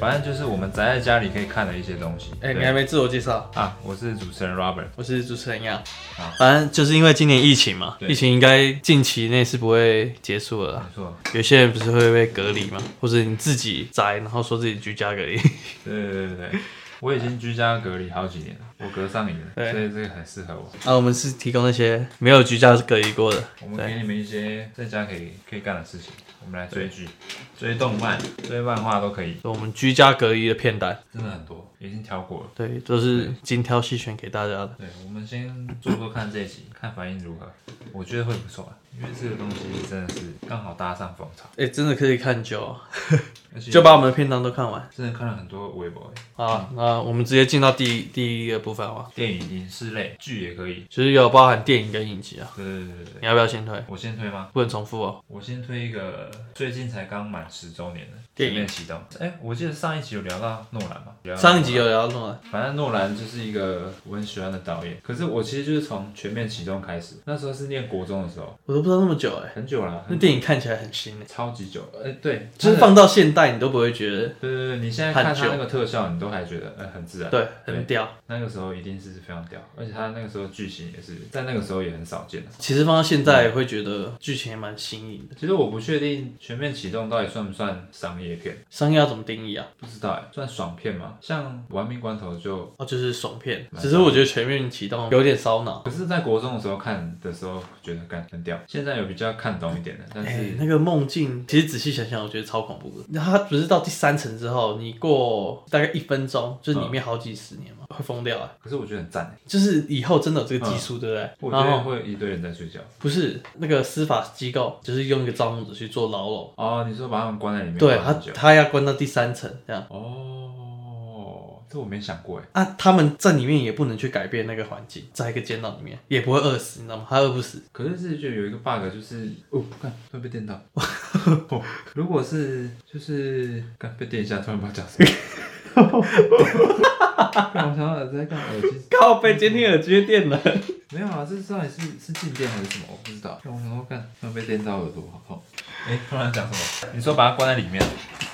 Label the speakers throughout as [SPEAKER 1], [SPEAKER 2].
[SPEAKER 1] 哎正就是我们宅在家里可以看的一些东西。
[SPEAKER 2] 哎、
[SPEAKER 1] 对
[SPEAKER 2] 你还没自我介绍，
[SPEAKER 1] 啊，我是主持人 Robert。
[SPEAKER 2] 我是主持人呀
[SPEAKER 1] 好。
[SPEAKER 2] 反正就是因为今年疫情嘛，
[SPEAKER 1] 对
[SPEAKER 2] 疫情应该近期内是不会结束啊了啦
[SPEAKER 1] 没。错，
[SPEAKER 2] 有些人不是会被隔离嘛，或者你自己宅，然后说自己居家隔离。
[SPEAKER 1] 对对对对对，我已经居家隔离好几年了，我隔上瘾了，
[SPEAKER 2] 对
[SPEAKER 1] 所以这个很适合我。
[SPEAKER 2] 啊，我们是提供那些没有居家隔离过的。
[SPEAKER 1] 我们
[SPEAKER 2] 对
[SPEAKER 1] 给你们一些在家可以可以干的事情，我们来追剧、追动漫、追漫画都可以，
[SPEAKER 2] 我们居家隔离的片单，
[SPEAKER 1] 真的很多，已经挑过了。
[SPEAKER 2] 对，都是精挑细选给大家的。
[SPEAKER 1] 对，我们先做做看这一集，看反应如何。我觉得会不错啊，因为这个东西真的是刚好搭上风潮，
[SPEAKER 2] 哎、真的可以看久啊，
[SPEAKER 1] 而且
[SPEAKER 2] 就把我们的片单都看完。
[SPEAKER 1] 真的看了很多微博、欸，
[SPEAKER 2] 好啊，那我们直接进到第一第一个部分好吧，
[SPEAKER 1] 电影、影视类剧也可以。
[SPEAKER 2] 就是有包含电影跟影集啊。
[SPEAKER 1] 对对对对对，
[SPEAKER 2] 你要不要先推？
[SPEAKER 1] 我先推吗？
[SPEAKER 2] 不能重复哦。
[SPEAKER 1] 我先推一个最近才刚满十周年的
[SPEAKER 2] 电
[SPEAKER 1] 全
[SPEAKER 2] 影
[SPEAKER 1] 面启动。哎、我记得上一集有聊到诺兰嘛？聊到
[SPEAKER 2] 上一集
[SPEAKER 1] 诺兰
[SPEAKER 2] 有聊到诺兰，
[SPEAKER 1] 反正诺兰就是一个我很喜欢的导演，可是我其实就是从全面启动开始，那时候是念国中的时候，
[SPEAKER 2] 我都不知道那么久哎、
[SPEAKER 1] 很久了，
[SPEAKER 2] 那
[SPEAKER 1] 很
[SPEAKER 2] 电影看起来很新哎、
[SPEAKER 1] 超级久。哎、对，
[SPEAKER 2] 就是
[SPEAKER 1] 真的
[SPEAKER 2] 放到现代你都不会觉得，
[SPEAKER 1] 对对对，你现在看
[SPEAKER 2] 很
[SPEAKER 1] 他
[SPEAKER 2] 久
[SPEAKER 1] 那个特效，你都还觉得呃很自然。
[SPEAKER 2] 对，很屌。
[SPEAKER 1] 那个时候一定是非常屌，而且他那个时候剧情也是在那个时候也很少见的。
[SPEAKER 2] 其实放到现在
[SPEAKER 1] 嗯
[SPEAKER 2] 也会觉得剧情也蛮新颖的。
[SPEAKER 1] 其实我不确定全面启动到底算不算商业片，
[SPEAKER 2] 商业要怎么定义啊？
[SPEAKER 1] 不知道哎，算爽片吗？像《玩命关头》就，
[SPEAKER 2] 哦，就是爽片。
[SPEAKER 1] 蛮
[SPEAKER 2] 只是我觉得全面启动有点烧脑。
[SPEAKER 1] 可是在国中的时候看的时候觉得干很屌，现在有比较看懂一点的， 但
[SPEAKER 2] 哎、
[SPEAKER 1] 是
[SPEAKER 2] 那个梦境，其实仔细想想，我觉得超恐怖的。那它不是到第三层之后，你过大概一分钟，就是
[SPEAKER 1] 嗯
[SPEAKER 2] 里面好几十年嘛，会疯掉啊！
[SPEAKER 1] 可是我觉得很赞哎，
[SPEAKER 2] 就是以后真的有这个技术，对不
[SPEAKER 1] 嗯我
[SPEAKER 2] 对？
[SPEAKER 1] 觉
[SPEAKER 2] 然
[SPEAKER 1] 得
[SPEAKER 2] 后
[SPEAKER 1] 会一堆人在睡觉。
[SPEAKER 2] 不是那个司法机构，就是用一个招募者去做牢笼，
[SPEAKER 1] 哦，你说把他们关在里面
[SPEAKER 2] 对
[SPEAKER 1] 关
[SPEAKER 2] 他
[SPEAKER 1] 很久？
[SPEAKER 2] 他要关到第三层这样
[SPEAKER 1] 哦，这我没想过哎，
[SPEAKER 2] 啊，他们在里面也不能去改变那个环境，在一个监牢里面也不会饿死，你知道吗？他饿不死。
[SPEAKER 1] 可是是觉得有一个 bug 就是，哦，看突然被电到。 哦、如果是就是看被电一下，突然不知道讲 什么。干我想到在看耳机，
[SPEAKER 2] 靠背，今天耳机电了。
[SPEAKER 1] 没有啊，这到底是是静电还是什么？我不知道。看我想说，看突然被电到耳朵，好痛。哎、突然讲什么？你说把它关在里面，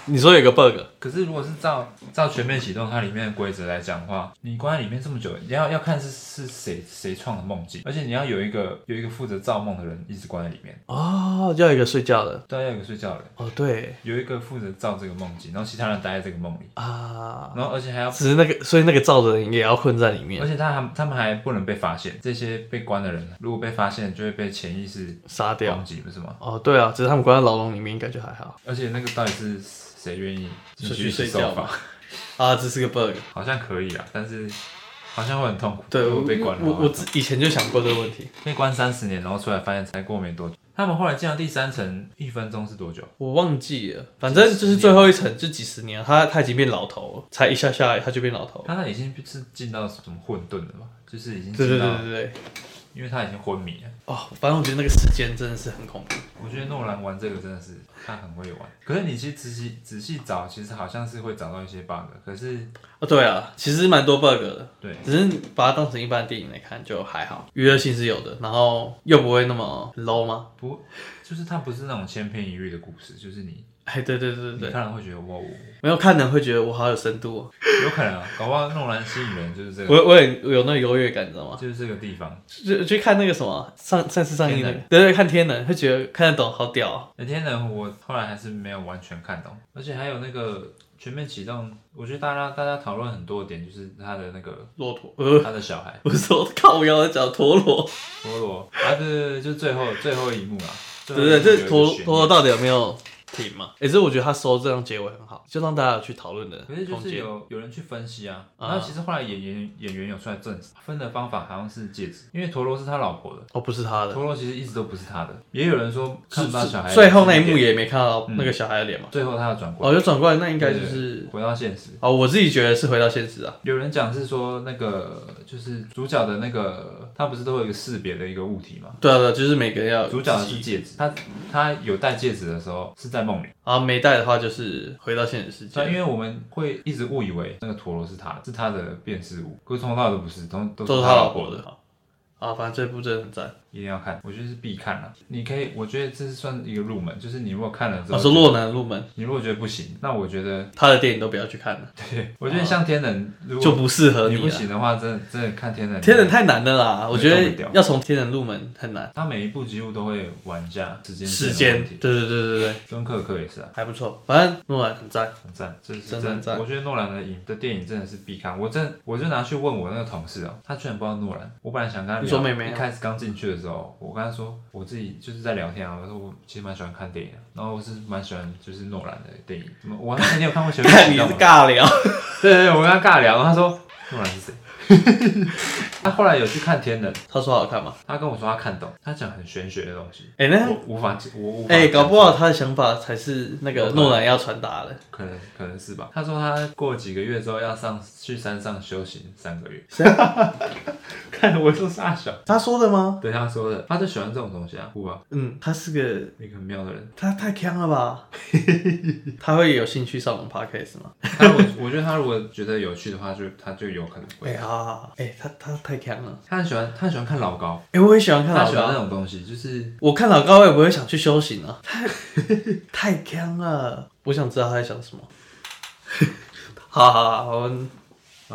[SPEAKER 2] 你说有个 bug，
[SPEAKER 1] 可是如果是照照全面启动它里面的规则来讲的话，你关在里面这么久，你要要看是是谁谁创的梦境，而且你要有一个有一个负责造梦的人一直关在里面，
[SPEAKER 2] 哦，要有一个睡觉的。
[SPEAKER 1] 对啊，要有一个睡觉的人。
[SPEAKER 2] 哦，对
[SPEAKER 1] 有一个负责造这个梦境，然后其他人待在这个梦里，
[SPEAKER 2] 啊，
[SPEAKER 1] 然后而且还要，
[SPEAKER 2] 只是那个，所以那个罩的人也要困在里
[SPEAKER 1] 而
[SPEAKER 2] 面
[SPEAKER 1] 且他还他们还不能被发现，这些被关的人如果被发现就会被潜意识
[SPEAKER 2] 杀掉
[SPEAKER 1] 攻。击，不是吗？
[SPEAKER 2] 哦，对啊，只是他们关在牢笼里面，应该就还好
[SPEAKER 1] 而且那个到底是谁愿意进
[SPEAKER 2] 出去
[SPEAKER 1] 去
[SPEAKER 2] 睡
[SPEAKER 1] 受
[SPEAKER 2] 觉
[SPEAKER 1] 罚
[SPEAKER 2] 吧？啊，这是个 bug。
[SPEAKER 1] 好像可以啊，但是好像会很痛苦。
[SPEAKER 2] 对
[SPEAKER 1] 如
[SPEAKER 2] 我
[SPEAKER 1] 果被关的
[SPEAKER 2] 我
[SPEAKER 1] 话
[SPEAKER 2] 我自以前就想过这个问题，
[SPEAKER 1] 被关三十年，然后出来发现才过没多久。他们后来进到第三层，一分钟是多久？
[SPEAKER 2] 我忘记了，反正就是最后一层，就几十年，他他已经变老头了，才一下下来他就变老头了。
[SPEAKER 1] 他那已经是进到什么混沌了吧？就是已经
[SPEAKER 2] 对
[SPEAKER 1] 进
[SPEAKER 2] 对对
[SPEAKER 1] 到，
[SPEAKER 2] 对对，
[SPEAKER 1] 因为他已经昏迷了。
[SPEAKER 2] 哦，反正我觉得那个时间真的是很恐怖。
[SPEAKER 1] 我觉得诺兰玩这个真的是他很会玩，可是你其实仔细仔细找，其实好像是会找到一些 bug，可是
[SPEAKER 2] 哦，对啊，其实蛮多 bug 的，
[SPEAKER 1] 对，
[SPEAKER 2] 只是把它当成一般的电影来看就还好，娱乐性是有的，然后又不会那么 low 吗？
[SPEAKER 1] 不就是它不是那种千篇一律的故事，就是你
[SPEAKER 2] 哎，对对对对
[SPEAKER 1] 你
[SPEAKER 2] 对，
[SPEAKER 1] 看了会觉得哇，哦，
[SPEAKER 2] 没有看的人会觉得我好有深度、哦，
[SPEAKER 1] 有可能啊，搞不好诺兰吸引人就是这个，
[SPEAKER 2] 我我也有那个优越感，你知道吗？
[SPEAKER 1] 就是这个地方。
[SPEAKER 2] 就去看那个什么上上次上映那
[SPEAKER 1] 天
[SPEAKER 2] 个，对对，看天能会觉得看得懂，好屌哦、
[SPEAKER 1] 那天呢，我后来还是没有完全看懂，而且还有那个全面启动，我觉得大家大家讨论很多点，就是他的那 个
[SPEAKER 2] 骆驼，呃，
[SPEAKER 1] 他的小孩
[SPEAKER 2] 我说靠腰讲陀螺，
[SPEAKER 1] 陀螺啊，对对对，就最后最后一幕啊，
[SPEAKER 2] 对对对，这
[SPEAKER 1] 最后一幕有一个
[SPEAKER 2] 陀
[SPEAKER 1] 悬念
[SPEAKER 2] 陀螺到底有没有停嘛？也、是我觉得他收这样结尾很好，就让大家有去讨论的
[SPEAKER 1] 可是就
[SPEAKER 2] 空
[SPEAKER 1] 是
[SPEAKER 2] 间。
[SPEAKER 1] 有有人去分析啊，
[SPEAKER 2] 啊
[SPEAKER 1] 然后其实后来演员演员有出来证实，分的方法好像是戒指，因为陀螺是他老婆的，
[SPEAKER 2] 哦，不是他的，
[SPEAKER 1] 陀螺其实一直都不是他的，也有人说看不到小孩的
[SPEAKER 2] 最后那一
[SPEAKER 1] 脸
[SPEAKER 2] 幕，也没看到那个小孩的脸嘛？
[SPEAKER 1] 最后他要转过来，
[SPEAKER 2] 哦，就转过来，那应该就是
[SPEAKER 1] 对回到现实。
[SPEAKER 2] 哦，我自己觉得是回到现实啊。
[SPEAKER 1] 有人讲是说那个就是主角的那个，他不是都有一个识别的一个物体吗？
[SPEAKER 2] 对啊，对啊，就是每个人要
[SPEAKER 1] 主角
[SPEAKER 2] 自
[SPEAKER 1] 是
[SPEAKER 2] 己
[SPEAKER 1] 戒指，他他有戴戒指的时候是在梦里，
[SPEAKER 2] 啊，没带的话就是回到现实世
[SPEAKER 1] 对，因
[SPEAKER 2] 界，
[SPEAKER 1] 为我们会一直误以为那个陀螺是他的，是他的辨识物，可是从头到尾都不是，都都
[SPEAKER 2] 都是
[SPEAKER 1] 他
[SPEAKER 2] 他
[SPEAKER 1] 老
[SPEAKER 2] 老
[SPEAKER 1] 婆
[SPEAKER 2] 婆
[SPEAKER 1] 的。
[SPEAKER 2] 的。啊，反正这部真的很赞。
[SPEAKER 1] 一定要看，我觉得是必看了。你可以，我觉得这是算一个入门，就是你如果看了之
[SPEAKER 2] 我
[SPEAKER 1] 后，
[SPEAKER 2] 说哦《洛南入门》，
[SPEAKER 1] 你如果觉得不行，那我觉得，
[SPEAKER 2] 他的电影都不要去看了，
[SPEAKER 1] 对我觉得像天能，如
[SPEAKER 2] 哦就
[SPEAKER 1] 果
[SPEAKER 2] 不适合
[SPEAKER 1] 你
[SPEAKER 2] 你
[SPEAKER 1] 不
[SPEAKER 2] 了。
[SPEAKER 1] 行的话，真的真的看天能，
[SPEAKER 2] 天人太难了啦，我觉
[SPEAKER 1] 你动不
[SPEAKER 2] 得
[SPEAKER 1] 了
[SPEAKER 2] 要从天人入门很难。
[SPEAKER 1] 他每一部几乎都会玩一下时间线
[SPEAKER 2] 时
[SPEAKER 1] 的
[SPEAKER 2] 间
[SPEAKER 1] 问，题，
[SPEAKER 2] 对对对对对，
[SPEAKER 1] 敦刻尔克也是啊，
[SPEAKER 2] 还不错，反正诺兰很赞。
[SPEAKER 1] 很赞，这是
[SPEAKER 2] 真的
[SPEAKER 1] 真
[SPEAKER 2] 很赞
[SPEAKER 1] 我觉得诺兰的影的电影真的是必看，我真我就拿去问我那个同事哦、他居然不知道诺兰，我本来想跟他
[SPEAKER 2] 你说
[SPEAKER 1] 聊
[SPEAKER 2] 妹妹啊
[SPEAKER 1] 一开始刚进去的时候，我跟他说我自己就是在聊天啊，我说我其实蛮喜欢看电影的，然后我是蛮喜欢就是诺兰的电影，什么我那你有看过《全面
[SPEAKER 2] 看
[SPEAKER 1] 启
[SPEAKER 2] 你
[SPEAKER 1] 动》
[SPEAKER 2] 是
[SPEAKER 1] 吗？
[SPEAKER 2] 尬聊，
[SPEAKER 1] 对对对，我跟他尬聊，然后他说诺兰是谁？他后来有去看《天能》，
[SPEAKER 2] 他说好看吗？
[SPEAKER 1] 他跟我说他看懂，他讲很玄学的东西，
[SPEAKER 2] 哎、那
[SPEAKER 1] 我无法我无法
[SPEAKER 2] 哎、
[SPEAKER 1] 讲
[SPEAKER 2] 搞不好他的想法才是那
[SPEAKER 1] 有
[SPEAKER 2] 个
[SPEAKER 1] 可能
[SPEAKER 2] 诺兰要传达的。
[SPEAKER 1] 可能可能是吧。他说他过几个月之后要上去山上修行三个月。 看我说傻小，
[SPEAKER 2] 他说的吗？
[SPEAKER 1] 对他说的，他就喜欢这种东西啊，酷啊，
[SPEAKER 2] 嗯，他是个
[SPEAKER 1] 一个很妙的人。
[SPEAKER 2] 他太强了 吧？他会有兴趣上我们 podcast 吗？
[SPEAKER 1] 他我我 觉得他如果觉得有趣的话，就他就有可能
[SPEAKER 2] 哎、
[SPEAKER 1] 会。
[SPEAKER 2] 好好好，哎、他他太强了。
[SPEAKER 1] 他很喜欢，他很喜欢看老高，
[SPEAKER 2] 哎、我也喜欢看
[SPEAKER 1] 他
[SPEAKER 2] 老
[SPEAKER 1] 喜欢那
[SPEAKER 2] 高，
[SPEAKER 1] 种东西，就是
[SPEAKER 2] 我看老高我也不会想去修行啊， 太太强了。我想知道他在想什么。 好好好，我们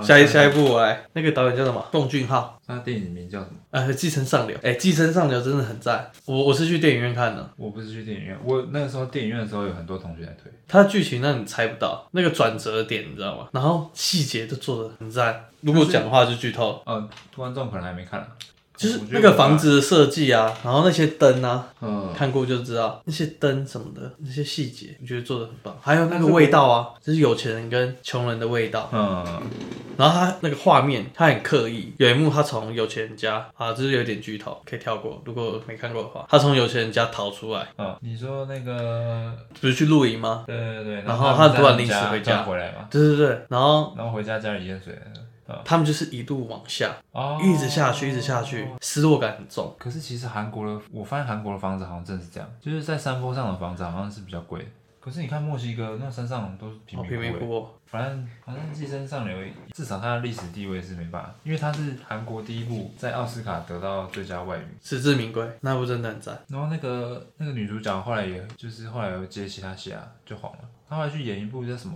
[SPEAKER 2] 下一下一步我来，那个导演叫什么？宋俊浩。
[SPEAKER 1] 呃他电影名叫什么？
[SPEAKER 2] 呃，寄生上流，哎、寄生上流真的很赞。我我是去电影院看的，
[SPEAKER 1] 我不是去电影院，我那个时候电影院的时候有很多同学在推，
[SPEAKER 2] 它的剧情让你猜不到，那个转折点你知道吗？然后细节都做的很赞。如果讲的话就剧透了，
[SPEAKER 1] 呃，观众可能还没看、啊，
[SPEAKER 2] 就是
[SPEAKER 1] 我觉
[SPEAKER 2] 那
[SPEAKER 1] 得
[SPEAKER 2] 个
[SPEAKER 1] 我吧
[SPEAKER 2] 房，子的设计啊，然后那些灯啊，
[SPEAKER 1] 嗯，
[SPEAKER 2] 看过就知道那些灯什么的，那些细节，我觉得做的很棒。还有那个味道啊，就是有钱人跟穷人的味道。
[SPEAKER 1] 嗯，
[SPEAKER 2] 然后他那个画面，他很刻意。有一幕，他从有钱人家啊，这是有点剧透，可以跳过。如果没看过的话，他从有钱人家逃出来，
[SPEAKER 1] 嗯，你说那个
[SPEAKER 2] 不是去露营吗？
[SPEAKER 1] 对对对，
[SPEAKER 2] 然后
[SPEAKER 1] 们
[SPEAKER 2] 他突然
[SPEAKER 1] 在
[SPEAKER 2] 临时
[SPEAKER 1] 他们
[SPEAKER 2] 回
[SPEAKER 1] 家
[SPEAKER 2] 家
[SPEAKER 1] 回来嘛，
[SPEAKER 2] 对对对，然后
[SPEAKER 1] 然后回家家里淹水了，嗯，
[SPEAKER 2] 他们就是一路往下，
[SPEAKER 1] 哦，
[SPEAKER 2] 一直下去，一直下去，失落感很重。
[SPEAKER 1] 可是其实韩国的，我发现韩国的房子好像真的是这样，就是在山坡上的房子好像是比较贵的。可是你看墨西哥那山上都是贫
[SPEAKER 2] 好
[SPEAKER 1] 民
[SPEAKER 2] 贫民
[SPEAKER 1] 窟欸，
[SPEAKER 2] 窟哦，
[SPEAKER 1] 反正反正寄生上流，至少它的历史地位是没办法，因为它是韩国第一部在奥斯卡得到最佳外语。
[SPEAKER 2] 实至名归，那部真的很赞。
[SPEAKER 1] 然后那个那个女主角后来也就是后来又接其他戏啊，就红了。她后来去演一部叫什么？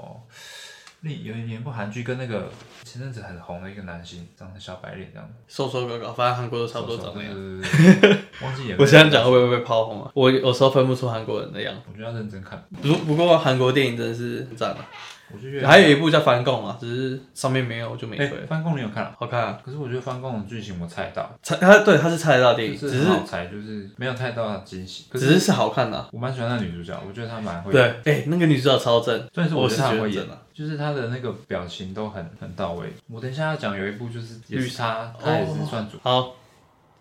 [SPEAKER 1] 另有演一部韩剧，跟那个前阵子很红的一个男星，长得小白脸这样，
[SPEAKER 2] 瘦瘦高高，反正韩国都差不多长那样。
[SPEAKER 1] 样。对对对对忘记演。
[SPEAKER 2] 我这样讲，会不会被炮轰啊？我有时候分不出韩国人的样子。
[SPEAKER 1] 我觉得要认真看。
[SPEAKER 2] 不不过韩国电影真的是很赞啊，
[SPEAKER 1] 我就觉得
[SPEAKER 2] 还有一部叫《翻供》啊，只是上面没有我就没
[SPEAKER 1] 哎、
[SPEAKER 2] 推。
[SPEAKER 1] 翻供你有看啊？
[SPEAKER 2] 好看啊，
[SPEAKER 1] 可是我觉得翻供的剧情我猜到，
[SPEAKER 2] 猜他对他是猜得到电
[SPEAKER 1] 就
[SPEAKER 2] 影，
[SPEAKER 1] 是
[SPEAKER 2] 只
[SPEAKER 1] 很
[SPEAKER 2] 是
[SPEAKER 1] 好猜，就是没有太大的惊喜。可
[SPEAKER 2] 只是是好看的啊。
[SPEAKER 1] 我蛮喜欢那女主角，我觉得她蛮会。
[SPEAKER 2] 对，，哎，那个女主角超正，
[SPEAKER 1] 但是
[SPEAKER 2] 我
[SPEAKER 1] 觉
[SPEAKER 2] 是
[SPEAKER 1] 得她很
[SPEAKER 2] 觉得
[SPEAKER 1] 会
[SPEAKER 2] 正
[SPEAKER 1] 演
[SPEAKER 2] 啊。
[SPEAKER 1] 就是他的那个表情都很很到位。我等一下要讲有一部就是也
[SPEAKER 2] 绿
[SPEAKER 1] 是他，他也是算主。
[SPEAKER 2] 好，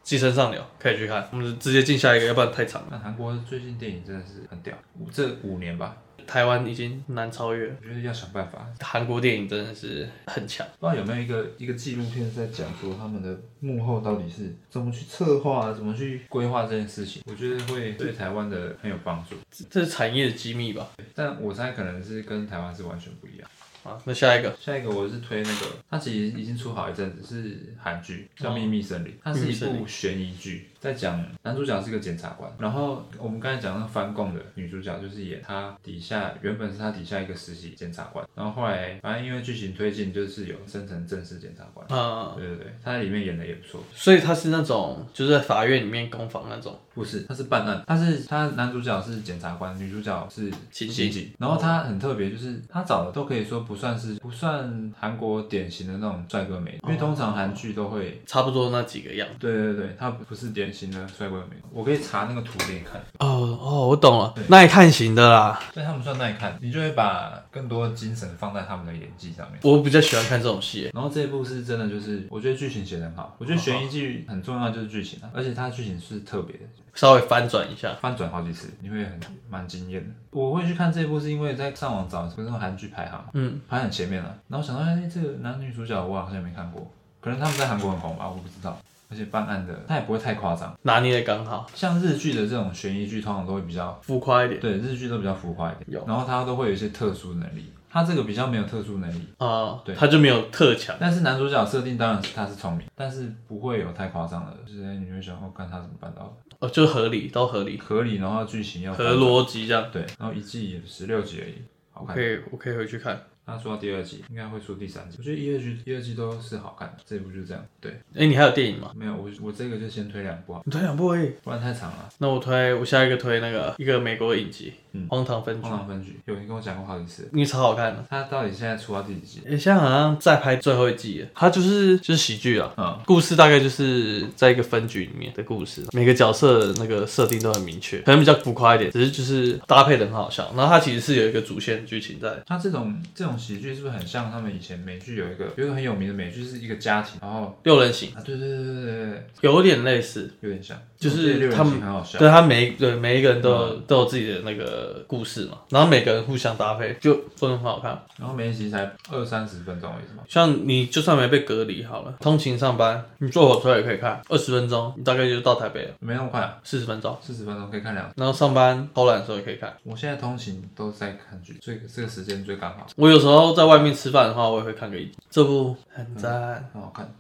[SPEAKER 2] 寄生上流可以去看，我们直接进下一个，要不然太长了。
[SPEAKER 1] 那韩国最近电影真的是很屌，五这五年吧，
[SPEAKER 2] 台湾已经难超越了，
[SPEAKER 1] 我觉得要想办法。
[SPEAKER 2] 韩国电影真的是很强。
[SPEAKER 1] 不知道有没有一个一个纪录片在讲说他们的幕后到底是怎么去策划、啊怎么去规划这件事情，我觉得会对台湾的很有帮助。
[SPEAKER 2] 这这是产业的机密吧？
[SPEAKER 1] 但我猜可能是跟台湾是完全不一样。
[SPEAKER 2] 啊，那下一个
[SPEAKER 1] 下一个我是推那个，它其实已经出好一阵子，是韩剧叫哦《秘密森林》，它是一部悬疑剧，在讲男主角是个检察官，然后我们刚才讲那个翻供的女主角就是演他底下原本是他底下一个实习检察官，然后后来反正因为剧情推进，就是有升成正式检察官。
[SPEAKER 2] 啊、
[SPEAKER 1] 对对对，他在里面演的也不错。
[SPEAKER 2] 所以他是那种就是在法院里面攻防那种，
[SPEAKER 1] 不是，他是办案，他是他男主角是检察官，女主角是
[SPEAKER 2] 刑警
[SPEAKER 1] 警。然后他很特别，就是他找的都可以说不算是不算韩国典型的那种帅哥
[SPEAKER 2] 哦
[SPEAKER 1] 美，因为通常韩剧都会。
[SPEAKER 2] 差不多那几个样子。
[SPEAKER 1] 对对对，他不是典型的帅哥美，我可以查那个图给你看，
[SPEAKER 2] 哦哦，我懂了，耐看型的啦，
[SPEAKER 1] 所以他们算耐看，你就会把更多精神放在他们的演技上面。
[SPEAKER 2] 我比较喜欢看这种戏。
[SPEAKER 1] 然后这一部是真的，就是我觉得剧情写得很好，我觉得悬疑剧很重要的就是剧情啊，而且它的剧情是特别的，
[SPEAKER 2] 稍微翻转一下，
[SPEAKER 1] 翻转好几次，你会很蛮惊艳的。我会去看这部是因为在上网找不是那种韩剧排行，
[SPEAKER 2] 嗯，
[SPEAKER 1] 排很前面了，然后想到哎、这个男女主角我好像也没看过，可能他们在韩国很红吧，我不知道。而且办案的他也不会太夸张，
[SPEAKER 2] 拿捏的刚好，
[SPEAKER 1] 像日剧的这种悬疑剧通常都会比较
[SPEAKER 2] 浮夸一点。
[SPEAKER 1] 对日剧都比较浮夸一点，
[SPEAKER 2] 有
[SPEAKER 1] 然后他都会有一些特殊能力，他这个比较没有特殊能力，
[SPEAKER 2] 啊
[SPEAKER 1] 对，
[SPEAKER 2] 他就没有特强，
[SPEAKER 1] 但是男主角设定当然是他是聪明，但是不会有太夸张的，就是哎你会想，哦，看他怎么办到
[SPEAKER 2] 哦，就合理，都合理
[SPEAKER 1] 的，，合理，然后剧情要
[SPEAKER 2] 合逻辑这样。
[SPEAKER 1] 对，然后一季十六集而已，好
[SPEAKER 2] 我
[SPEAKER 1] 看。
[SPEAKER 2] 可以，我可以回去看。
[SPEAKER 1] 那说到第二季，应该会出第三季。我觉得一、二季、一、二季都是好看的，这一部就这样。对，
[SPEAKER 2] 哎，你还有电影吗？
[SPEAKER 1] 没有我我这个就先推两部好，
[SPEAKER 2] 你推两部而已。
[SPEAKER 1] 不然太长了。
[SPEAKER 2] 那我推，我下一个推那个一个美国影集
[SPEAKER 1] 嗯
[SPEAKER 2] 《荒唐分
[SPEAKER 1] 《
[SPEAKER 2] 局
[SPEAKER 1] 荒》，唐分局》有人跟我讲过好几次，
[SPEAKER 2] 因为超好看的。
[SPEAKER 1] 他到底现在出到第几季？
[SPEAKER 2] 诶现在好像在拍最后一季了，它就是就是喜剧啊，
[SPEAKER 1] 嗯，
[SPEAKER 2] 故事大概就是在一个分局里面的故事，啊每个角色的那个设定都很明确，可能比较浮夸一点，只是就是搭配的很好笑。然后它其实是有一个主线剧情在，
[SPEAKER 1] 他这种这种喜剧是不是很像他们以前美剧有一个有一个很有名的美剧是一个家庭，然后
[SPEAKER 2] 六人行
[SPEAKER 1] 啊对对对对对对，
[SPEAKER 2] 有点类似，
[SPEAKER 1] 有点像，
[SPEAKER 2] 就是
[SPEAKER 1] 我觉得
[SPEAKER 2] 他们
[SPEAKER 1] 六人行很好笑，
[SPEAKER 2] 对他每对每一个人都有、都有自己的那个故事嘛，然后每个人互相搭配，就真的很好看。
[SPEAKER 1] 然后每一集才二三十分钟而已是吗？
[SPEAKER 2] 像你就算没被隔离好了，通勤上班，你坐火车也可以看，二十分钟，你大概就到台北了，
[SPEAKER 1] 没那么快啊，
[SPEAKER 2] 四十分钟。
[SPEAKER 1] 四十分钟可以看两。
[SPEAKER 2] 然后上班偷懒的时候也可以看。
[SPEAKER 1] 我现在通勤都在看剧，所以这个时间最刚好，
[SPEAKER 2] 我有时候在外面吃饭的话，我也会看个一集。这部很赞。
[SPEAKER 1] 很好看。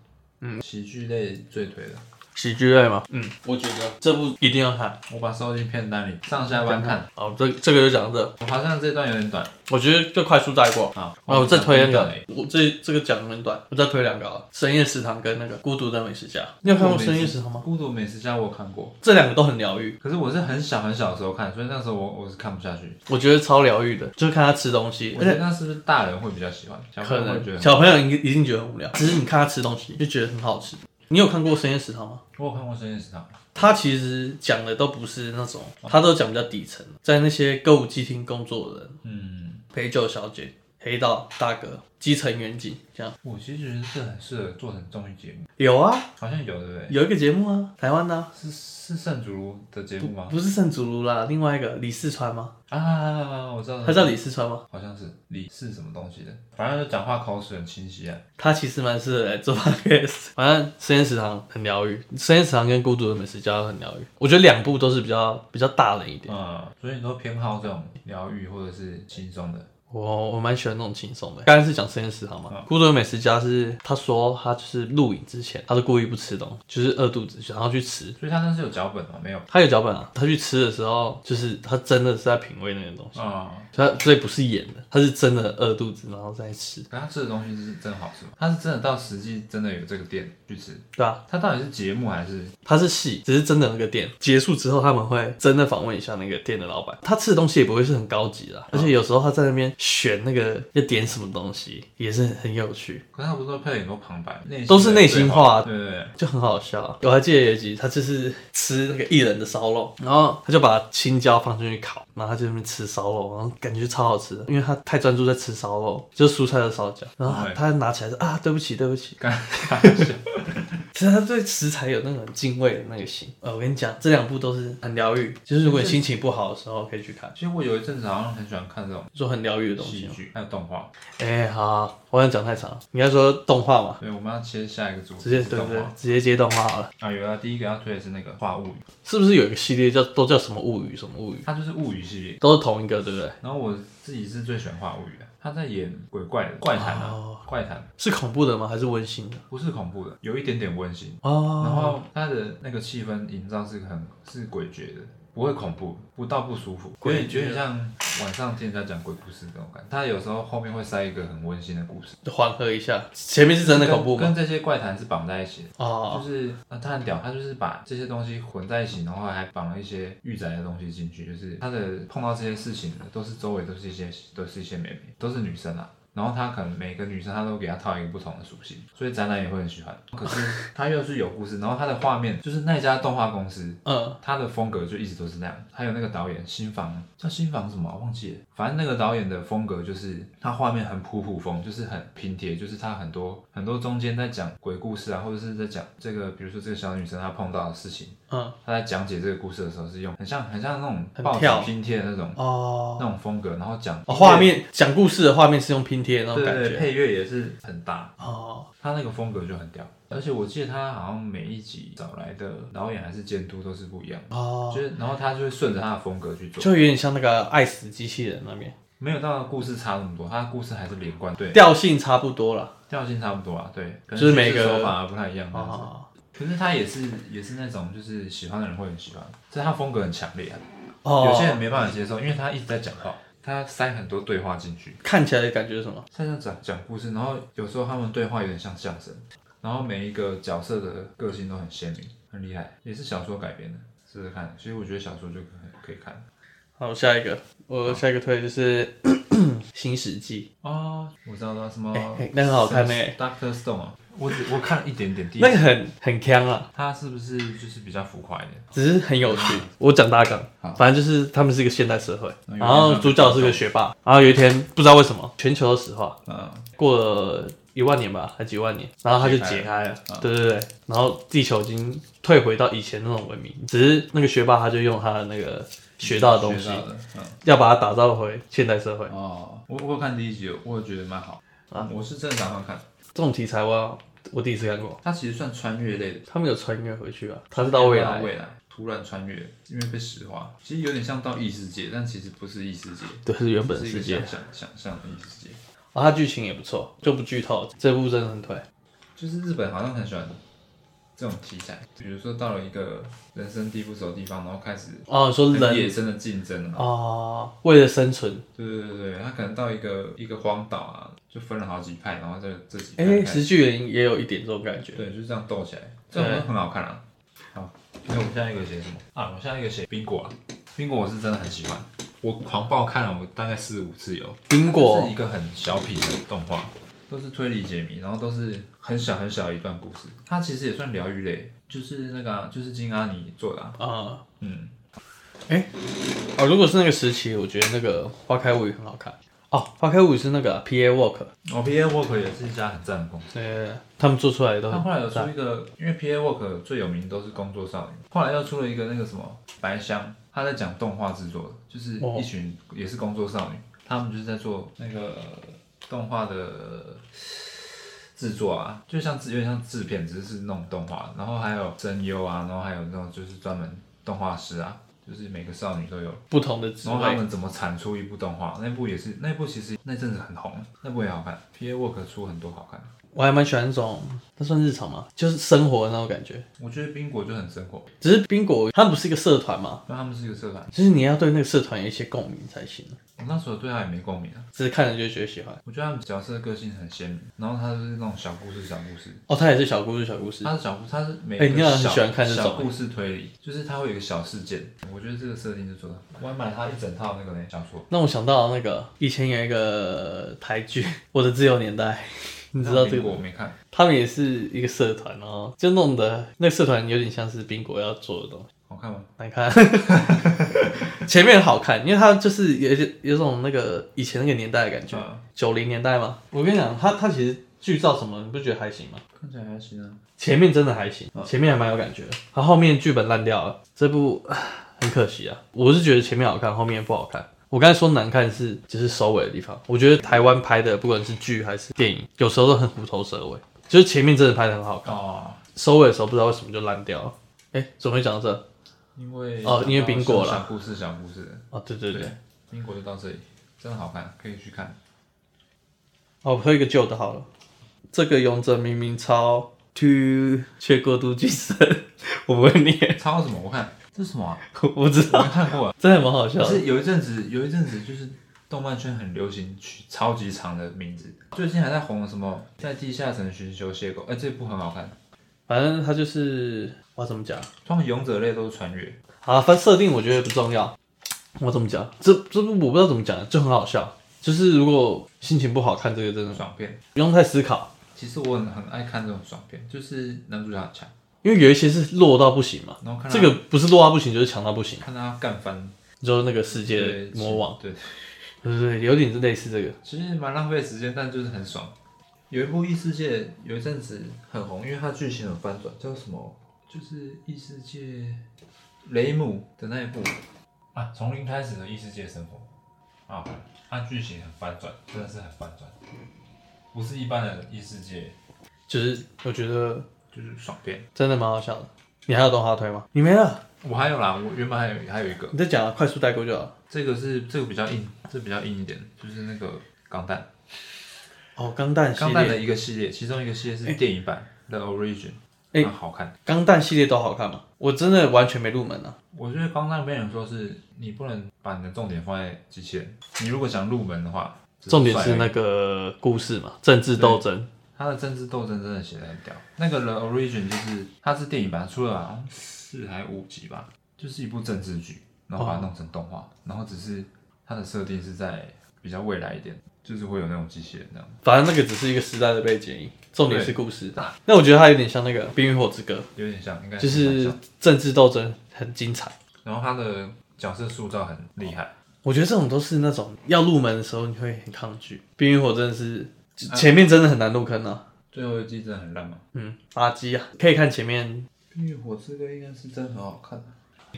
[SPEAKER 1] 嗯，喜剧类最推的，
[SPEAKER 2] 喜剧类吗？嗯，我觉得这部一定要看。
[SPEAKER 1] 我把收进片单里，上下班看。
[SPEAKER 2] 好，这这个就讲到这，
[SPEAKER 1] 我好像这段有点短
[SPEAKER 2] 我觉得就快速带过。
[SPEAKER 1] 啊，
[SPEAKER 2] 啊，我再推一
[SPEAKER 1] 一
[SPEAKER 2] 个，我这这个讲得很短，我再推两个啊，《深夜食堂》跟那个《孤独的美食家》。你有看过《深夜食堂》吗？
[SPEAKER 1] 《孤独美食家》我有看过，
[SPEAKER 2] 这两个都很疗愈，
[SPEAKER 1] 可是我是很小很小的时候看，所以那时候我我是看不下去。
[SPEAKER 2] 我觉得超疗愈的，就是看他吃东西，
[SPEAKER 1] 我
[SPEAKER 2] 而
[SPEAKER 1] 觉得
[SPEAKER 2] 且
[SPEAKER 1] 那是不是大人会比较喜欢，小朋
[SPEAKER 2] 哎可
[SPEAKER 1] 友会觉得
[SPEAKER 2] 能
[SPEAKER 1] 很。
[SPEAKER 2] 小朋友一定一定觉得很无聊，只是你看他吃东西就觉得很好吃。你有看过《深夜食堂》吗？
[SPEAKER 1] 我有看过《深夜食堂》，
[SPEAKER 2] 他其实讲的都不是那种，他都讲比较底层，在那些歌舞伎厅工作的人，
[SPEAKER 1] 嗯，
[SPEAKER 2] 陪酒小姐、黑道大哥、基层远景这样。
[SPEAKER 1] 我其实觉得这很适合做成综艺节目，
[SPEAKER 2] 有啊，
[SPEAKER 1] 好像有对不对？
[SPEAKER 2] 有一个节目啊，台湾的啊、
[SPEAKER 1] 是是圣主的节目吗？
[SPEAKER 2] 不是圣祖卢啦，另外一个李四川吗？
[SPEAKER 1] 啊，我知道了，
[SPEAKER 2] 他叫李四川吗？
[SPEAKER 1] 好像是李是什么东西的，反正就讲话口齿很清晰啊。
[SPEAKER 2] 他其实蛮适合来做 podcast，反正深夜食堂很疗愈，深夜食堂跟孤独的美食家都很疗愈，我觉得两部都是比较比较大人一点，
[SPEAKER 1] 嗯，所以你都偏好这种疗愈或者是轻松的。
[SPEAKER 2] 我我蛮喜欢那种轻松的。嗯刚才是讲深夜食堂嘛，孤独的美食家是他说他就是录影之前，他是故意不吃东西，就是饿肚子，然后去吃，
[SPEAKER 1] 所以他那是有脚本吗？没有。
[SPEAKER 2] 他有脚本啊，他去吃的时候，就是他真的是在品味那个东西，
[SPEAKER 1] 啊、
[SPEAKER 2] 所以他所以不是演的，他是真的饿肚子然后再吃，
[SPEAKER 1] 可他吃的东西是真好吃吗？他是真的到实际真的有这个店去吃，
[SPEAKER 2] 对啊，
[SPEAKER 1] 他到底是节目还是？
[SPEAKER 2] 他是戏，只是真的那个店结束之后，他们会真的访问一下那个店的老板，他吃的东西也不会是很高级啦，而且有时候他在那边选那个要点什么东西，也是很有趣，
[SPEAKER 1] 可是他不是都配很多旁白，内心
[SPEAKER 2] 都是内心话
[SPEAKER 1] 的对对对，
[SPEAKER 2] 就很好笑啊。我还记得有一集，他就是吃那个艺人的烧肉，然后他就把青椒放进去烤，然后他就在那边吃烧肉，然后感觉超好吃的，因为他太专注在吃烧肉，就是蔬菜的烧焦，然后
[SPEAKER 1] 对
[SPEAKER 2] 他拿起来说啊，对不起，对不起。
[SPEAKER 1] 干干笑。
[SPEAKER 2] 其实他对食材有那种敬畏的那个心。呃，我跟你讲，这两部都是很疗愈，就是如果你心情不好的时候可以去看，
[SPEAKER 1] 其实我有一阵子好像很喜欢看这种
[SPEAKER 2] 说很疗愈的东
[SPEAKER 1] 戏
[SPEAKER 2] 西。
[SPEAKER 1] 剧，还有动画。
[SPEAKER 2] 哎、好好好，我想讲太长了，你应该说动画嘛，
[SPEAKER 1] 所以我们要切下一个主题
[SPEAKER 2] 直接
[SPEAKER 1] 是
[SPEAKER 2] 对
[SPEAKER 1] 动
[SPEAKER 2] 对
[SPEAKER 1] 画，
[SPEAKER 2] 直接接动画好了。
[SPEAKER 1] 啊，有啊，第一个要推的是那个《画物语
[SPEAKER 2] 是不是有一个系列叫都叫什么物语什么物语》，，
[SPEAKER 1] 它就是物语系列。
[SPEAKER 2] 都是同一个，对不对？
[SPEAKER 1] 然后我自己是最喜欢《画物语》的，他在演鬼怪的怪谈啊，
[SPEAKER 2] 哦
[SPEAKER 1] 怪谈
[SPEAKER 2] 是恐怖的吗？还是温馨的？
[SPEAKER 1] 不是恐怖的，有一点点温馨。
[SPEAKER 2] 哦，
[SPEAKER 1] 然后它的那个气氛营造是很是诡谲的，不会恐怖，不到不舒服，有
[SPEAKER 2] 诡
[SPEAKER 1] 点
[SPEAKER 2] 谲
[SPEAKER 1] 有点像晚上听人家讲鬼故事那种感觉。它有时候后面会塞一个很温馨的故事，
[SPEAKER 2] 缓和一下。前面是真的恐怖
[SPEAKER 1] 跟
[SPEAKER 2] 吗？
[SPEAKER 1] 跟这些怪谈是绑在一起的。
[SPEAKER 2] 哦，
[SPEAKER 1] 就是啊，他很屌，他就是把这些东西混在一起，然后还绑了一些御宅的东西进去，就是他的碰到这些事情的都是周围都是一些都是一些妹妹，都是女生啊。然后他可能每个女生他都给她套一个不同的属性，所以宅男也会很喜欢。可是他又是有故事，然后他的画面就是那家动画公司，
[SPEAKER 2] 嗯，
[SPEAKER 1] 他的风格就一直都是那样。还有那个导演新房叫新房什么啊忘记了，反正那个导演的风格就是他画面很普普风，就是很拼贴，就是他很多很多中间在讲鬼故事啊，或者是在讲这个，比如说这个小女生她碰到的事情，
[SPEAKER 2] 嗯，
[SPEAKER 1] 她在讲解这个故事的时候是用很像很像那
[SPEAKER 2] 很
[SPEAKER 1] 种报纸
[SPEAKER 2] 跳
[SPEAKER 1] 拼贴的那种那
[SPEAKER 2] 哦，
[SPEAKER 1] 种风格，然后讲
[SPEAKER 2] 哦，画面讲故事的画面是用拼贴的那
[SPEAKER 1] 对
[SPEAKER 2] 种感
[SPEAKER 1] 对对
[SPEAKER 2] 觉。
[SPEAKER 1] 配乐也是很搭，
[SPEAKER 2] 哦，
[SPEAKER 1] 他那个风格就很屌。而且我记得他好像每一集找来的导演还是监督都是不一样的，
[SPEAKER 2] 哦，
[SPEAKER 1] 就是然后他就会顺着他的风格去做。
[SPEAKER 2] 就有点像那个爱死机器人那边。
[SPEAKER 1] 没有到故事差那么多，它的故事还是连贯，对，
[SPEAKER 2] 调性差不多啦。
[SPEAKER 1] 调性差不多啊，对，可能
[SPEAKER 2] 就是每
[SPEAKER 1] 叙事
[SPEAKER 2] 个
[SPEAKER 1] 手法不太一样这样子。
[SPEAKER 2] 啊，
[SPEAKER 1] 可是它也是也是那种就是喜欢的人会很喜欢，就是它风格很强烈啊。
[SPEAKER 2] 哦，
[SPEAKER 1] 有些人没办法接受，因为他一直在讲话，他塞很多对话进去，
[SPEAKER 2] 看起来的感觉是什么？
[SPEAKER 1] 他在讲讲故事，然后有时候他们对话有点像相声，然后每一个角色的个性都很鲜明，很厉害，也是小说改编的，试试看。其实我觉得小说就可可以看
[SPEAKER 2] 好，我下一个，我下一个推的就是 《新世纪
[SPEAKER 1] 哦，我知道了，什么、
[SPEAKER 2] 哎哎那很好看欸
[SPEAKER 1] Doctor Stone，啊我只我看了一点点》，第一
[SPEAKER 2] 那个很很强啊，
[SPEAKER 1] 他是不是就是比较浮夸一点？
[SPEAKER 2] 只是很有趣。 我讲大纲，反正就是他们是一个现代社会，
[SPEAKER 1] 嗯
[SPEAKER 2] 然后主角是个学霸，然后有一天不知道为什么全球的石化，
[SPEAKER 1] 嗯，
[SPEAKER 2] 过了一万年吧，还几万年，然后他就解开了，嗯对对对，然后地球已经退回到以前那种文明，只是那个学霸他就用他的那个学到的东西
[SPEAKER 1] 学，到的嗯。
[SPEAKER 2] 要把它打造回现代社会。
[SPEAKER 1] 哦，我我有看第一集，我有觉得蛮好。
[SPEAKER 2] 啊
[SPEAKER 1] 我是真的打算看，
[SPEAKER 2] 这种题材我我第一次看过，
[SPEAKER 1] 它其实算穿越类的，
[SPEAKER 2] 他们有穿越回去啊，他是到未来，
[SPEAKER 1] 未来突然穿越，因为被石化，其实有点像到异世界，但其实不是异世界，
[SPEAKER 2] 对，是原本的
[SPEAKER 1] 是一
[SPEAKER 2] 世
[SPEAKER 1] 个
[SPEAKER 2] 界。
[SPEAKER 1] 想象想象的异世界。
[SPEAKER 2] 啊，它剧情也不错，就不剧透，这部真的很推。
[SPEAKER 1] 就是日本好像很喜欢这种题材，比如说到了一个人生地不熟的地方，然后开始
[SPEAKER 2] 哦，你说
[SPEAKER 1] 很
[SPEAKER 2] 人
[SPEAKER 1] 野生的竞争啊，
[SPEAKER 2] 哦，为了生存，
[SPEAKER 1] 对对对对，他可能到一个一个荒岛啊，就分了好几派，然后这这几派
[SPEAKER 2] 哎，
[SPEAKER 1] 开始
[SPEAKER 2] 石巨人也有一点这种感觉。
[SPEAKER 1] 对，就是这样斗起来，这种很好看啊。好，那我们下一个写什么啊？我下一个写冰果啊，冰果我是真的很喜欢，我狂暴看了我大概四五次有。
[SPEAKER 2] 冰
[SPEAKER 1] 它
[SPEAKER 2] 果
[SPEAKER 1] 是一个很小品的动画，都是推理解谜，然后都是很小很小一段故事。它其实也算疗愈类，就是那个啊、就是金阿尼做的、啊，
[SPEAKER 2] 啊，
[SPEAKER 1] 嗯，
[SPEAKER 2] 哦，如果是那个时期，我觉得那个《花开物语》很好看。哦，《花开物语》是那个啊 P A Work，
[SPEAKER 1] 哦，P A Work 也是一家很赞的公司。
[SPEAKER 2] 呃，啊他们做出来的都
[SPEAKER 1] 他
[SPEAKER 2] 很
[SPEAKER 1] 后来有出一个，因为 P A Work 最有名都是工作少女，后来又出了一个那个什么白箱，他在讲动画制作的，就是
[SPEAKER 2] 哦
[SPEAKER 1] 一群也是工作少女，他们就是在做那个动画的制作啊，就像制有点像制片，只是是弄动画，然后还有声优啊，然后还有那种就是专门动画师啊，就是每个少女都有，
[SPEAKER 2] 不同的职
[SPEAKER 1] 然后他
[SPEAKER 2] 位。
[SPEAKER 1] 们怎么产出一部动画，那部也是那部其 实那阵子很红，那部也好看，P A Work 出很多好看的。
[SPEAKER 2] 我还蛮喜欢这种，那算日常嘛，就是生活的那种感觉。
[SPEAKER 1] 我觉得冰果就很生活，
[SPEAKER 2] 只是冰果它不是一个社团嘛，
[SPEAKER 1] 那他们是一个社团，
[SPEAKER 2] 就是你要对那个社团有一些共鸣才行。
[SPEAKER 1] 我那时候对他也没共鸣啊。
[SPEAKER 2] 只是看了就觉得喜欢。
[SPEAKER 1] 我觉得他们角色个性很鲜明，然后他就是那种小故事、小故事，
[SPEAKER 2] 哦，它也是小故事，小故事。
[SPEAKER 1] 他是小故，他是每
[SPEAKER 2] 哎你好
[SPEAKER 1] 个
[SPEAKER 2] 像很
[SPEAKER 1] 小、
[SPEAKER 2] 喜欢看这种
[SPEAKER 1] 小故事推理，就是他会有一个小事件。我觉得这个设定就做的，我还买了他一整套那个呢小说，
[SPEAKER 2] 那我想到那个以前有一个台剧《我的自由年代》，你知道这
[SPEAKER 1] 那
[SPEAKER 2] 个
[SPEAKER 1] 个
[SPEAKER 2] 吗？
[SPEAKER 1] 我没看，
[SPEAKER 2] 他们也是一个社团哦，就弄得那个社团有点像是冰果要做的东西。
[SPEAKER 1] 好看吗？
[SPEAKER 2] 来看， 前面好看，因为它就是有有有种那个以前那个年代的感觉，
[SPEAKER 1] 嗯，
[SPEAKER 2] 九零年代嘛。我跟你讲，它它其实剧照什么，你不觉得还行吗？
[SPEAKER 1] 看起来还行啊。
[SPEAKER 2] 前面真的还行，前面还蛮有感觉的。它后面剧本烂掉了，这部 唉很可惜啊。我是觉得前面好看，后面不好看。我刚才说难看是就是收尾的地方，我觉得台湾拍的不管是剧还是电影，有时候都很虎头蛇尾，就是前面真的拍的很好看，
[SPEAKER 1] 哦，
[SPEAKER 2] 收尾的时候不知道为什么就烂掉了。哎，怎么会讲到这？
[SPEAKER 1] 因为
[SPEAKER 2] 哦因为冰果啦
[SPEAKER 1] 小故事、小故事，
[SPEAKER 2] 哦，对对对，
[SPEAKER 1] 冰果就到这里，真的好看，可以去看。
[SPEAKER 2] 哦，我喝一个旧的好了。这个勇者明明超 to 却过度谨慎， 我不会念，
[SPEAKER 1] 抄什么？我看这是什么啊、
[SPEAKER 2] 我不知
[SPEAKER 1] 我
[SPEAKER 2] 道，
[SPEAKER 1] 没看过啊。
[SPEAKER 2] 真的蛮好笑
[SPEAKER 1] 可
[SPEAKER 2] 的。
[SPEAKER 1] 是有一阵子，有一阵子就是动漫圈很流行取超级长的名字，最近还在红的什么在地下城寻求邂逅，哎、这部很好看。
[SPEAKER 2] 反正他就是我要怎么讲？啊
[SPEAKER 1] 通常勇者类都是穿越，
[SPEAKER 2] 好啊，反正设定我觉得不重要。我怎么讲？这这部我不知道怎么讲，就很好笑。就是如果心情不好看这个，真的
[SPEAKER 1] 爽片。
[SPEAKER 2] 不用太思考，
[SPEAKER 1] 其实我很很爱看这种爽片，就是男主角很强，
[SPEAKER 2] 因为有一些是弱到不行嘛。
[SPEAKER 1] 然后看他
[SPEAKER 2] 这个不是弱到不行，就是强到不行，
[SPEAKER 1] 看他干翻
[SPEAKER 2] 就是那个世界
[SPEAKER 1] 对
[SPEAKER 2] 魔王，，
[SPEAKER 1] 对，
[SPEAKER 2] 对对对，有点类似这个。
[SPEAKER 1] 其实蛮浪费时间，但就是很爽。有一部异世界有一阵子很红，因为它剧情有翻转，叫什么？就是异世界雷姆的那一部啊，从零开始的异世界生活啊，它剧情很翻转，真的是很翻转，不是一般的异世界，
[SPEAKER 2] 就是我觉得
[SPEAKER 1] 就是爽片。
[SPEAKER 2] 真的蛮好笑的。你还有动画推吗？你没了，
[SPEAKER 1] 我还有啦，我原本还有还有一个，
[SPEAKER 2] 你再讲啊，快速带过就好了。
[SPEAKER 1] 这个是这个比较硬，这个比较硬一点，就是那个钢弹，
[SPEAKER 2] 哦，钢弹系
[SPEAKER 1] 钢弹
[SPEAKER 2] 列，
[SPEAKER 1] 的一个系列，其中一个系列是电影版的 Origin，
[SPEAKER 2] 哎
[SPEAKER 1] 那好看。
[SPEAKER 2] 钢弹系列都好看吗？我真的完全没入门啊。
[SPEAKER 1] 我觉得钢弹被人说是你不能把你的重点放在机器人，你如果想入门的话，只
[SPEAKER 3] 重点是
[SPEAKER 1] 帅而已啊
[SPEAKER 3] 那个故事嘛，政治斗争。
[SPEAKER 1] 他的政治斗争真的写的很屌。那个《The Origin》就是它是电影版，出了好像四还五集吧，就是一部政治剧，然后把它弄成动画，然后只是它的设定是在比较未来一点，就是会有那种机器人那样。
[SPEAKER 2] 反正那个只是一个时代的背景，重点是故事
[SPEAKER 1] 对。
[SPEAKER 2] 那我觉得它有点像那个《冰与火之歌
[SPEAKER 1] 有点像，应该》，
[SPEAKER 2] 就
[SPEAKER 1] 蛮
[SPEAKER 2] 是
[SPEAKER 1] 像
[SPEAKER 2] 政治斗争很精彩。
[SPEAKER 1] 然后他的角色塑造很厉害，
[SPEAKER 2] 我觉得这种都是那种要入门的时候你会很抗拒，《冰与火》真的是
[SPEAKER 1] 嗯
[SPEAKER 2] 前面真的很难入坑啊。
[SPEAKER 1] 最后一季真的很烂嘛。
[SPEAKER 2] 嗯，垃圾啊，可以看前面
[SPEAKER 1] 冰与火之歌应该是真的很好看、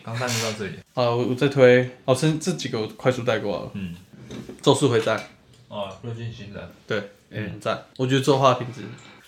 [SPEAKER 1] 刚弹就到这里，
[SPEAKER 2] 啊，我我再推哦，这这几个我快速带过好了。
[SPEAKER 1] 嗯，
[SPEAKER 2] 咒术回战，
[SPEAKER 1] 哦，最近新的
[SPEAKER 2] 对，嗯，很赞。我觉得作画品质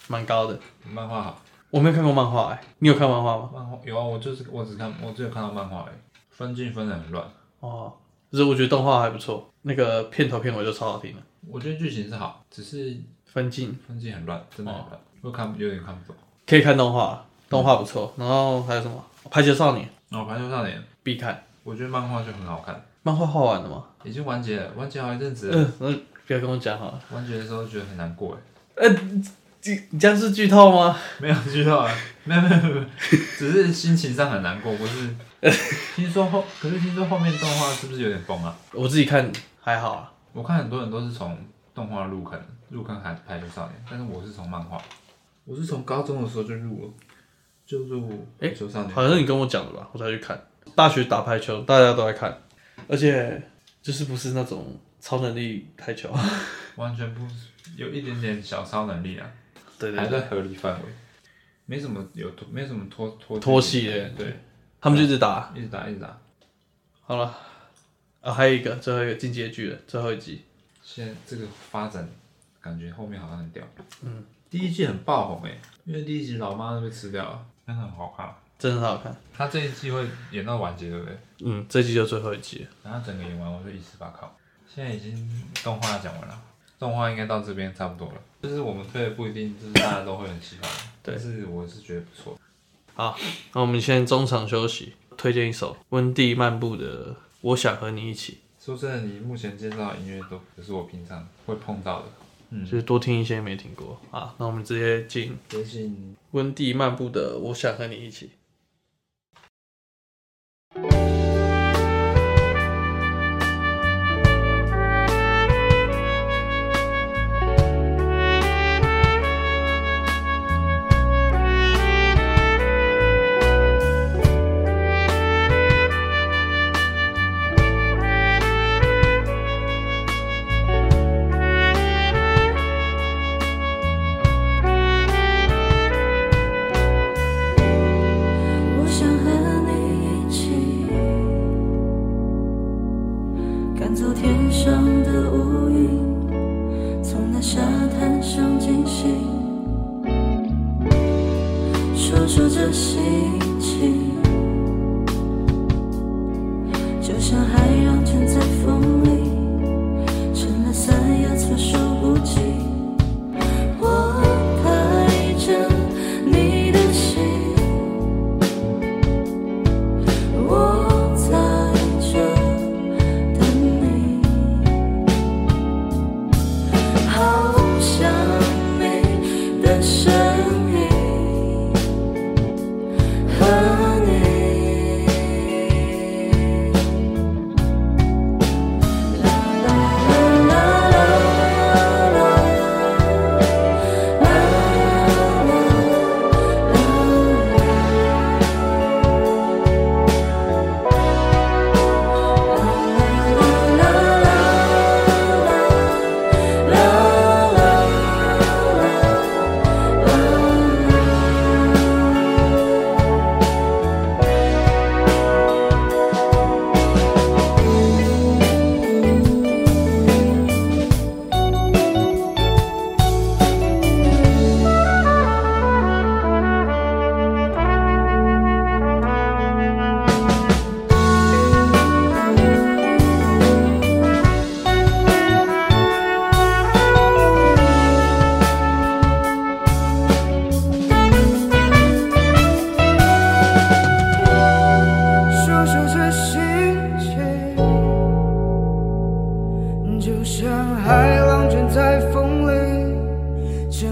[SPEAKER 2] 蛮高的。
[SPEAKER 1] 漫画好，
[SPEAKER 2] 我没有看过漫画哎、你有看漫画吗？
[SPEAKER 1] 漫画有啊，我就是我只看我只有看到漫画而已，分镜分的很乱。
[SPEAKER 2] 哦，就是我觉得动画还不错，那个片头片尾就超好听的。
[SPEAKER 1] 我觉得剧情是好，只是
[SPEAKER 2] 分镜
[SPEAKER 1] 分镜很乱，真的很乱，我看有点看不懂。
[SPEAKER 2] 可以看动画，动画不错。然后还有什么《排球少年》
[SPEAKER 1] 然哦后《排球少年》，
[SPEAKER 2] 必看，
[SPEAKER 1] 我觉得漫画就很好看，
[SPEAKER 2] 漫画画完了吗？
[SPEAKER 1] 已经完结了，完结好一阵 子了。
[SPEAKER 2] 嗯，那不要跟我讲好了。
[SPEAKER 1] 完结的时候觉得很难过哎，
[SPEAKER 2] 你你这样是剧透吗？
[SPEAKER 1] 没有知道啊， 没有没有没有没有，只是心情上很难过，不是？听说后，可是听说后面动画是不是有点崩啊？
[SPEAKER 2] 我自己看还好啊。
[SPEAKER 1] 我看很多人都是从动画入坑，入坑还排球少年，但是我是从漫画，我是从高中的时候就入了，就入排球少年。
[SPEAKER 2] 好像是你跟我讲的吧，我才去看。大学打排球，大家都爱看，而且就是不是那种超能力排球。
[SPEAKER 1] 完全不有一点点小超能力啊，
[SPEAKER 2] 对对
[SPEAKER 1] 还
[SPEAKER 2] 对，
[SPEAKER 1] 在合理范围，没什么有脱，没什么脱脱啊
[SPEAKER 2] 脱戏的
[SPEAKER 1] 对，
[SPEAKER 2] 他们就一直打。
[SPEAKER 1] 一直打一直打。
[SPEAKER 2] 好了，啊，还有一个最后一个进阶剧了，最后一集。
[SPEAKER 1] 现在这个发展感觉后面好像很屌，嗯，第一季很爆红诶、因为第一集老妈都被吃掉了，真的很好看。
[SPEAKER 2] 真的很好看，
[SPEAKER 1] 他这一季会演到完结，对不对？
[SPEAKER 2] 嗯，这季就最后一集了。
[SPEAKER 1] 然后整个演完，我就一思八考。现在已经动画讲完了，动画应该到这边差不多了。就是我们推的不一定就是大家都会很喜欢，
[SPEAKER 2] 对
[SPEAKER 1] 但是我是觉得不错。
[SPEAKER 2] 好，那我们先中场休息，推荐一首温蒂漫步的《我想和你一起
[SPEAKER 1] 说真的，你目前介绍的音乐都不是我平常会碰到的。》，嗯，
[SPEAKER 2] 就是多听一些没听过啊。那我们直接进
[SPEAKER 1] 也许你
[SPEAKER 2] 温蒂漫步的《我想和你一起》。
[SPEAKER 4] 我想和你一起赶走天上的乌云，从那沙滩上惊醒，说说这心情，就像海浪卷在风里，撑了伞也措手不及。我拍着你的心。我在这等你，好想你的声音，好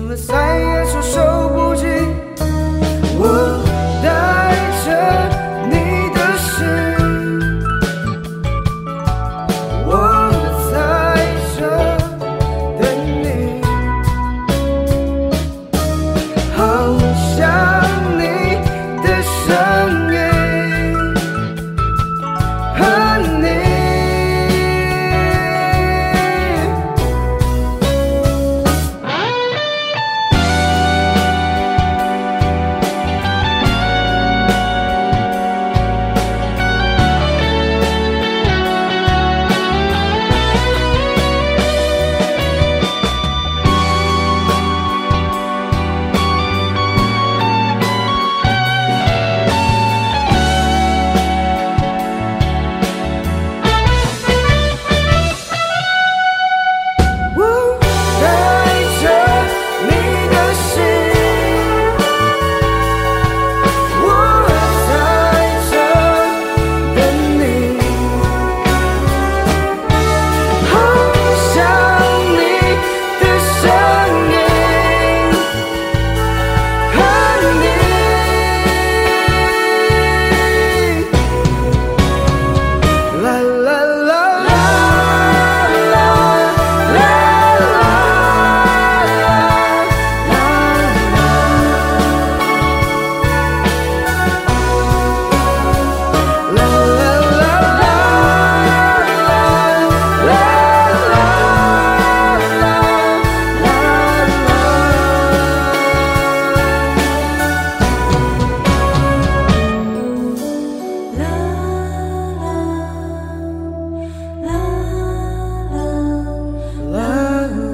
[SPEAKER 5] 了再也措手不及。我带着你的心，我在这等你，好想你的声音。和你，我带着你的心，我在这等你，好想你的声音和你。啦啦啦啦啦啦啦啦
[SPEAKER 4] 啦啦啦啦。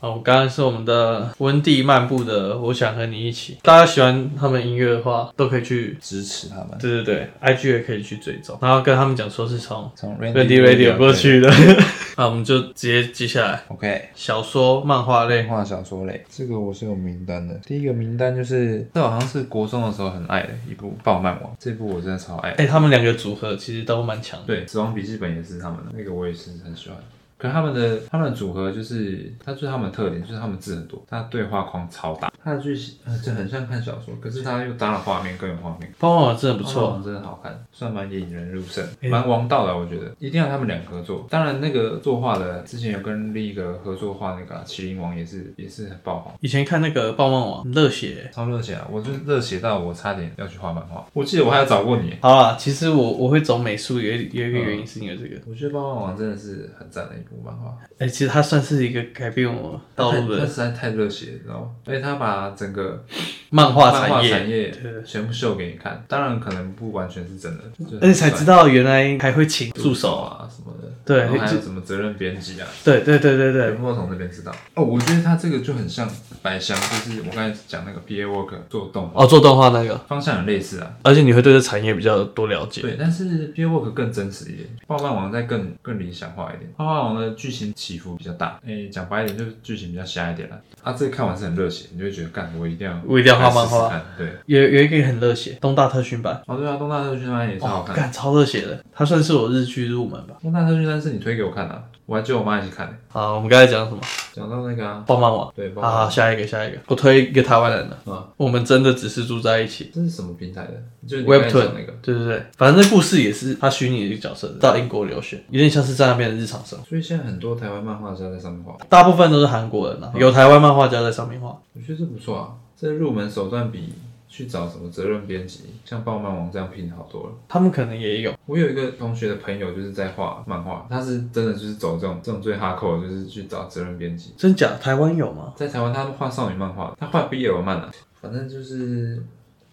[SPEAKER 2] 好，刚刚是我们的温蒂漫步的《我想和你一起》，大家喜欢他们音乐的话，都可以去，
[SPEAKER 1] 支持他们。
[SPEAKER 2] 对对对，IG 也可以去追踪，然后跟他们讲说是从
[SPEAKER 1] 从
[SPEAKER 2] Ready Radio 过去的。 那我们就直接接下来
[SPEAKER 1] OK，
[SPEAKER 2] 小说、漫画类
[SPEAKER 1] 漫，画小说类，这个我是有名单的。第一个名单就是，这好像是国中的时候很爱的一部《暴漫王》，这部我真的超爱。
[SPEAKER 2] 哎、他们两个组合其实都蛮强的。
[SPEAKER 1] 对，《死亡笔记本》也是他们的，那个我也是很喜欢。可他们的他们的组合就是，它就是他们的特点，就是他们字很多，它对话框超大，它的剧情呃就很像看小说，可是它又搭了画面，更有画面。
[SPEAKER 2] 棒棒网真的不
[SPEAKER 1] 不
[SPEAKER 2] 错，，
[SPEAKER 1] 真的好看，算蛮引人入胜，蛮王道的，我觉得一定要他们两个合作。当然，那个作画的之前有跟另一个合作画那个啊、麒麟王》也是也是很爆红，
[SPEAKER 2] 以前看那个棒棒网热血。
[SPEAKER 1] 超热血啊！我就热血到我差点要去画漫画。我记得我还要找过你，
[SPEAKER 2] 好啦，其实我我会走美术有一有一个原因是因为这个，
[SPEAKER 1] 我觉得《棒棒王》真的是很赞的一部漫画，
[SPEAKER 2] 哎、哦其实它算是一个改变我道路
[SPEAKER 1] 它
[SPEAKER 2] 的
[SPEAKER 1] 实在太热血了，你知道吗？而且他把整个
[SPEAKER 2] 漫画
[SPEAKER 1] 漫
[SPEAKER 2] 产
[SPEAKER 1] 画
[SPEAKER 2] 业，
[SPEAKER 1] 产业
[SPEAKER 2] 对嗯
[SPEAKER 1] 全部秀给你看，当然可能不完全是真的，就是
[SPEAKER 2] 而且才知道原来还会请助
[SPEAKER 1] 助
[SPEAKER 2] 手
[SPEAKER 1] 手
[SPEAKER 2] 啊，
[SPEAKER 1] 啊什么的，
[SPEAKER 2] 对
[SPEAKER 1] 然后还
[SPEAKER 2] 就
[SPEAKER 1] 有什么责任编辑啊，
[SPEAKER 2] 对对对对对
[SPEAKER 1] 对，，莫从这边知道。哦，我觉得他这个就很像白箱，就是我刚才讲那个 PA Work 做动画，
[SPEAKER 3] 哦，做动画那个，
[SPEAKER 1] 方向很类似啊。
[SPEAKER 3] 而且你会对这产业比较多了解。
[SPEAKER 1] 对，但是 PA Work 更真实一点，爆漫王再更更理想化一点。爆漫王的剧情起伏比较大，诶，讲白一点就是剧情比较瞎一点啦。啊，这个看完是很热血，你就会觉得干，我一定要
[SPEAKER 2] 我一定要画漫画
[SPEAKER 1] 看试试看。对，
[SPEAKER 2] 有有一个很热血，东大特训班，
[SPEAKER 1] 哦对啊，东大特训班也超好
[SPEAKER 2] 哦，
[SPEAKER 1] 看。
[SPEAKER 2] 干超热血的，它算是我日剧入门吧。
[SPEAKER 1] 东大特训班是你推给我看的啊、我还叫我妈一起看、欸。
[SPEAKER 2] 啊，我们刚才讲什么？
[SPEAKER 1] 讲到那个啊，
[SPEAKER 2] 棒棒网。
[SPEAKER 1] 对，爆
[SPEAKER 2] 好
[SPEAKER 1] 漫
[SPEAKER 2] 好，下一个，下一个，我推一个台湾人的，
[SPEAKER 1] 啊，
[SPEAKER 2] 我们真的只是住在一起。
[SPEAKER 1] 这是什么平台的？就是你刚才
[SPEAKER 2] Webtoon
[SPEAKER 1] 讲那个。
[SPEAKER 2] 对对对，反正这故事也是他虚拟的一个角色，到英国留学，有点像是在那边的日常生活。
[SPEAKER 1] 所以现在很多台湾漫画家在上面画，
[SPEAKER 2] 大部分都是韩国人
[SPEAKER 3] 嗯
[SPEAKER 2] 啊，有台湾漫画家在上面画。
[SPEAKER 1] 我觉得这不错啊，这入门手段比去找什么责任编辑，像爆漫王这样拼好多了。
[SPEAKER 2] 他们可能也有，
[SPEAKER 1] 我有一个同学的朋友就是在画漫画，他是真的就是走这种这种最哈扣，就是去找责任编辑。
[SPEAKER 2] 真假？台湾有吗？
[SPEAKER 1] 在台湾，他画少女漫画，他画 BL 漫啊，反正就是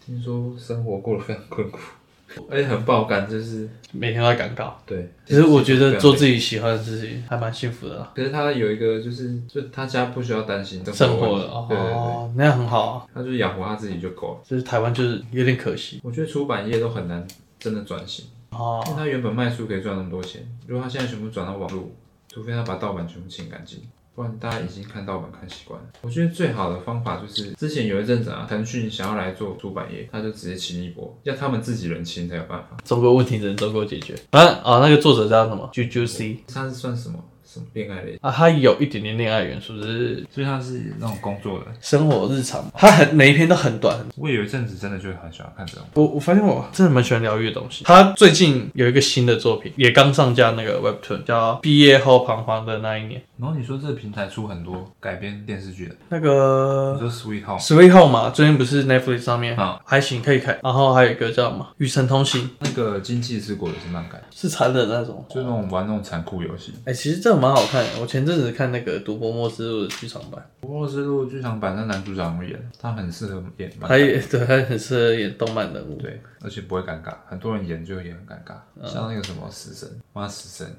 [SPEAKER 1] 听说生活过得非常困苦， 而且很爆肝，就是
[SPEAKER 2] 每天都在赶稿。
[SPEAKER 1] 对。
[SPEAKER 2] 其实我觉得做自
[SPEAKER 1] 己，
[SPEAKER 2] 己喜欢的事情还蛮幸福的啦，
[SPEAKER 1] 可是他有一个就是，就他家不需要担心
[SPEAKER 2] 生活
[SPEAKER 1] 问
[SPEAKER 2] 的
[SPEAKER 1] 题对对对，
[SPEAKER 2] 哦，那样很好啊。
[SPEAKER 1] 他就养活他自己就够了。
[SPEAKER 2] 就是台湾就是有点可惜
[SPEAKER 1] 我觉得出版业都很难真的转型，因为
[SPEAKER 2] 哦，
[SPEAKER 1] 他原本卖书可以赚那么多钱，如果他现在全部转到网络，除非他把盗版全部清干净。不然大家已经看盗版看习惯了。我觉得最好的方法就是，之前有一阵子啊，腾讯想要来做出版业，他就直接清一波，要他们自己人清才有办法。
[SPEAKER 2] 中国问题只能中国解决。反正啊，那个作者叫什么？GGC
[SPEAKER 1] 他是算什么什么恋爱类？
[SPEAKER 2] 啊，他有一点点恋爱元素，就是
[SPEAKER 1] 所以他是那种工作的。
[SPEAKER 2] 生活日常嘛。他很每一篇都很短，
[SPEAKER 1] 我有一阵子真的就很喜欢看这种。
[SPEAKER 2] 我我发现我真的蛮喜欢疗愈的东西。他最近有一个新的作品，也刚上架那个 Webtoon，叫《毕业后彷徨的那一年》。
[SPEAKER 1] 然后你说这个平台出很多改编电视剧的，
[SPEAKER 2] 那
[SPEAKER 1] 你
[SPEAKER 2] 个
[SPEAKER 1] 说 Sweet Home，
[SPEAKER 2] Sweet Home 嘛，最近不是 Netflix 上面
[SPEAKER 1] 啊
[SPEAKER 2] 还行可以看。然后还有一个叫什么《与神同行》，
[SPEAKER 1] 那个《经济之国》也是漫改，
[SPEAKER 2] 是残忍的那种。
[SPEAKER 1] 就是那种玩那种残酷游戏。
[SPEAKER 2] 哎、其实这蛮好看的。我前阵子看那个《赌博末之路》的剧场版，
[SPEAKER 1] 不过是录剧场版的男主角会演，他很适合演漫
[SPEAKER 2] 他
[SPEAKER 1] 改。
[SPEAKER 2] 也对，他很适合演动漫人物。
[SPEAKER 1] 对，而且不会尴尬，很多人演就也很尴尬，像那个什么死神，妈死神，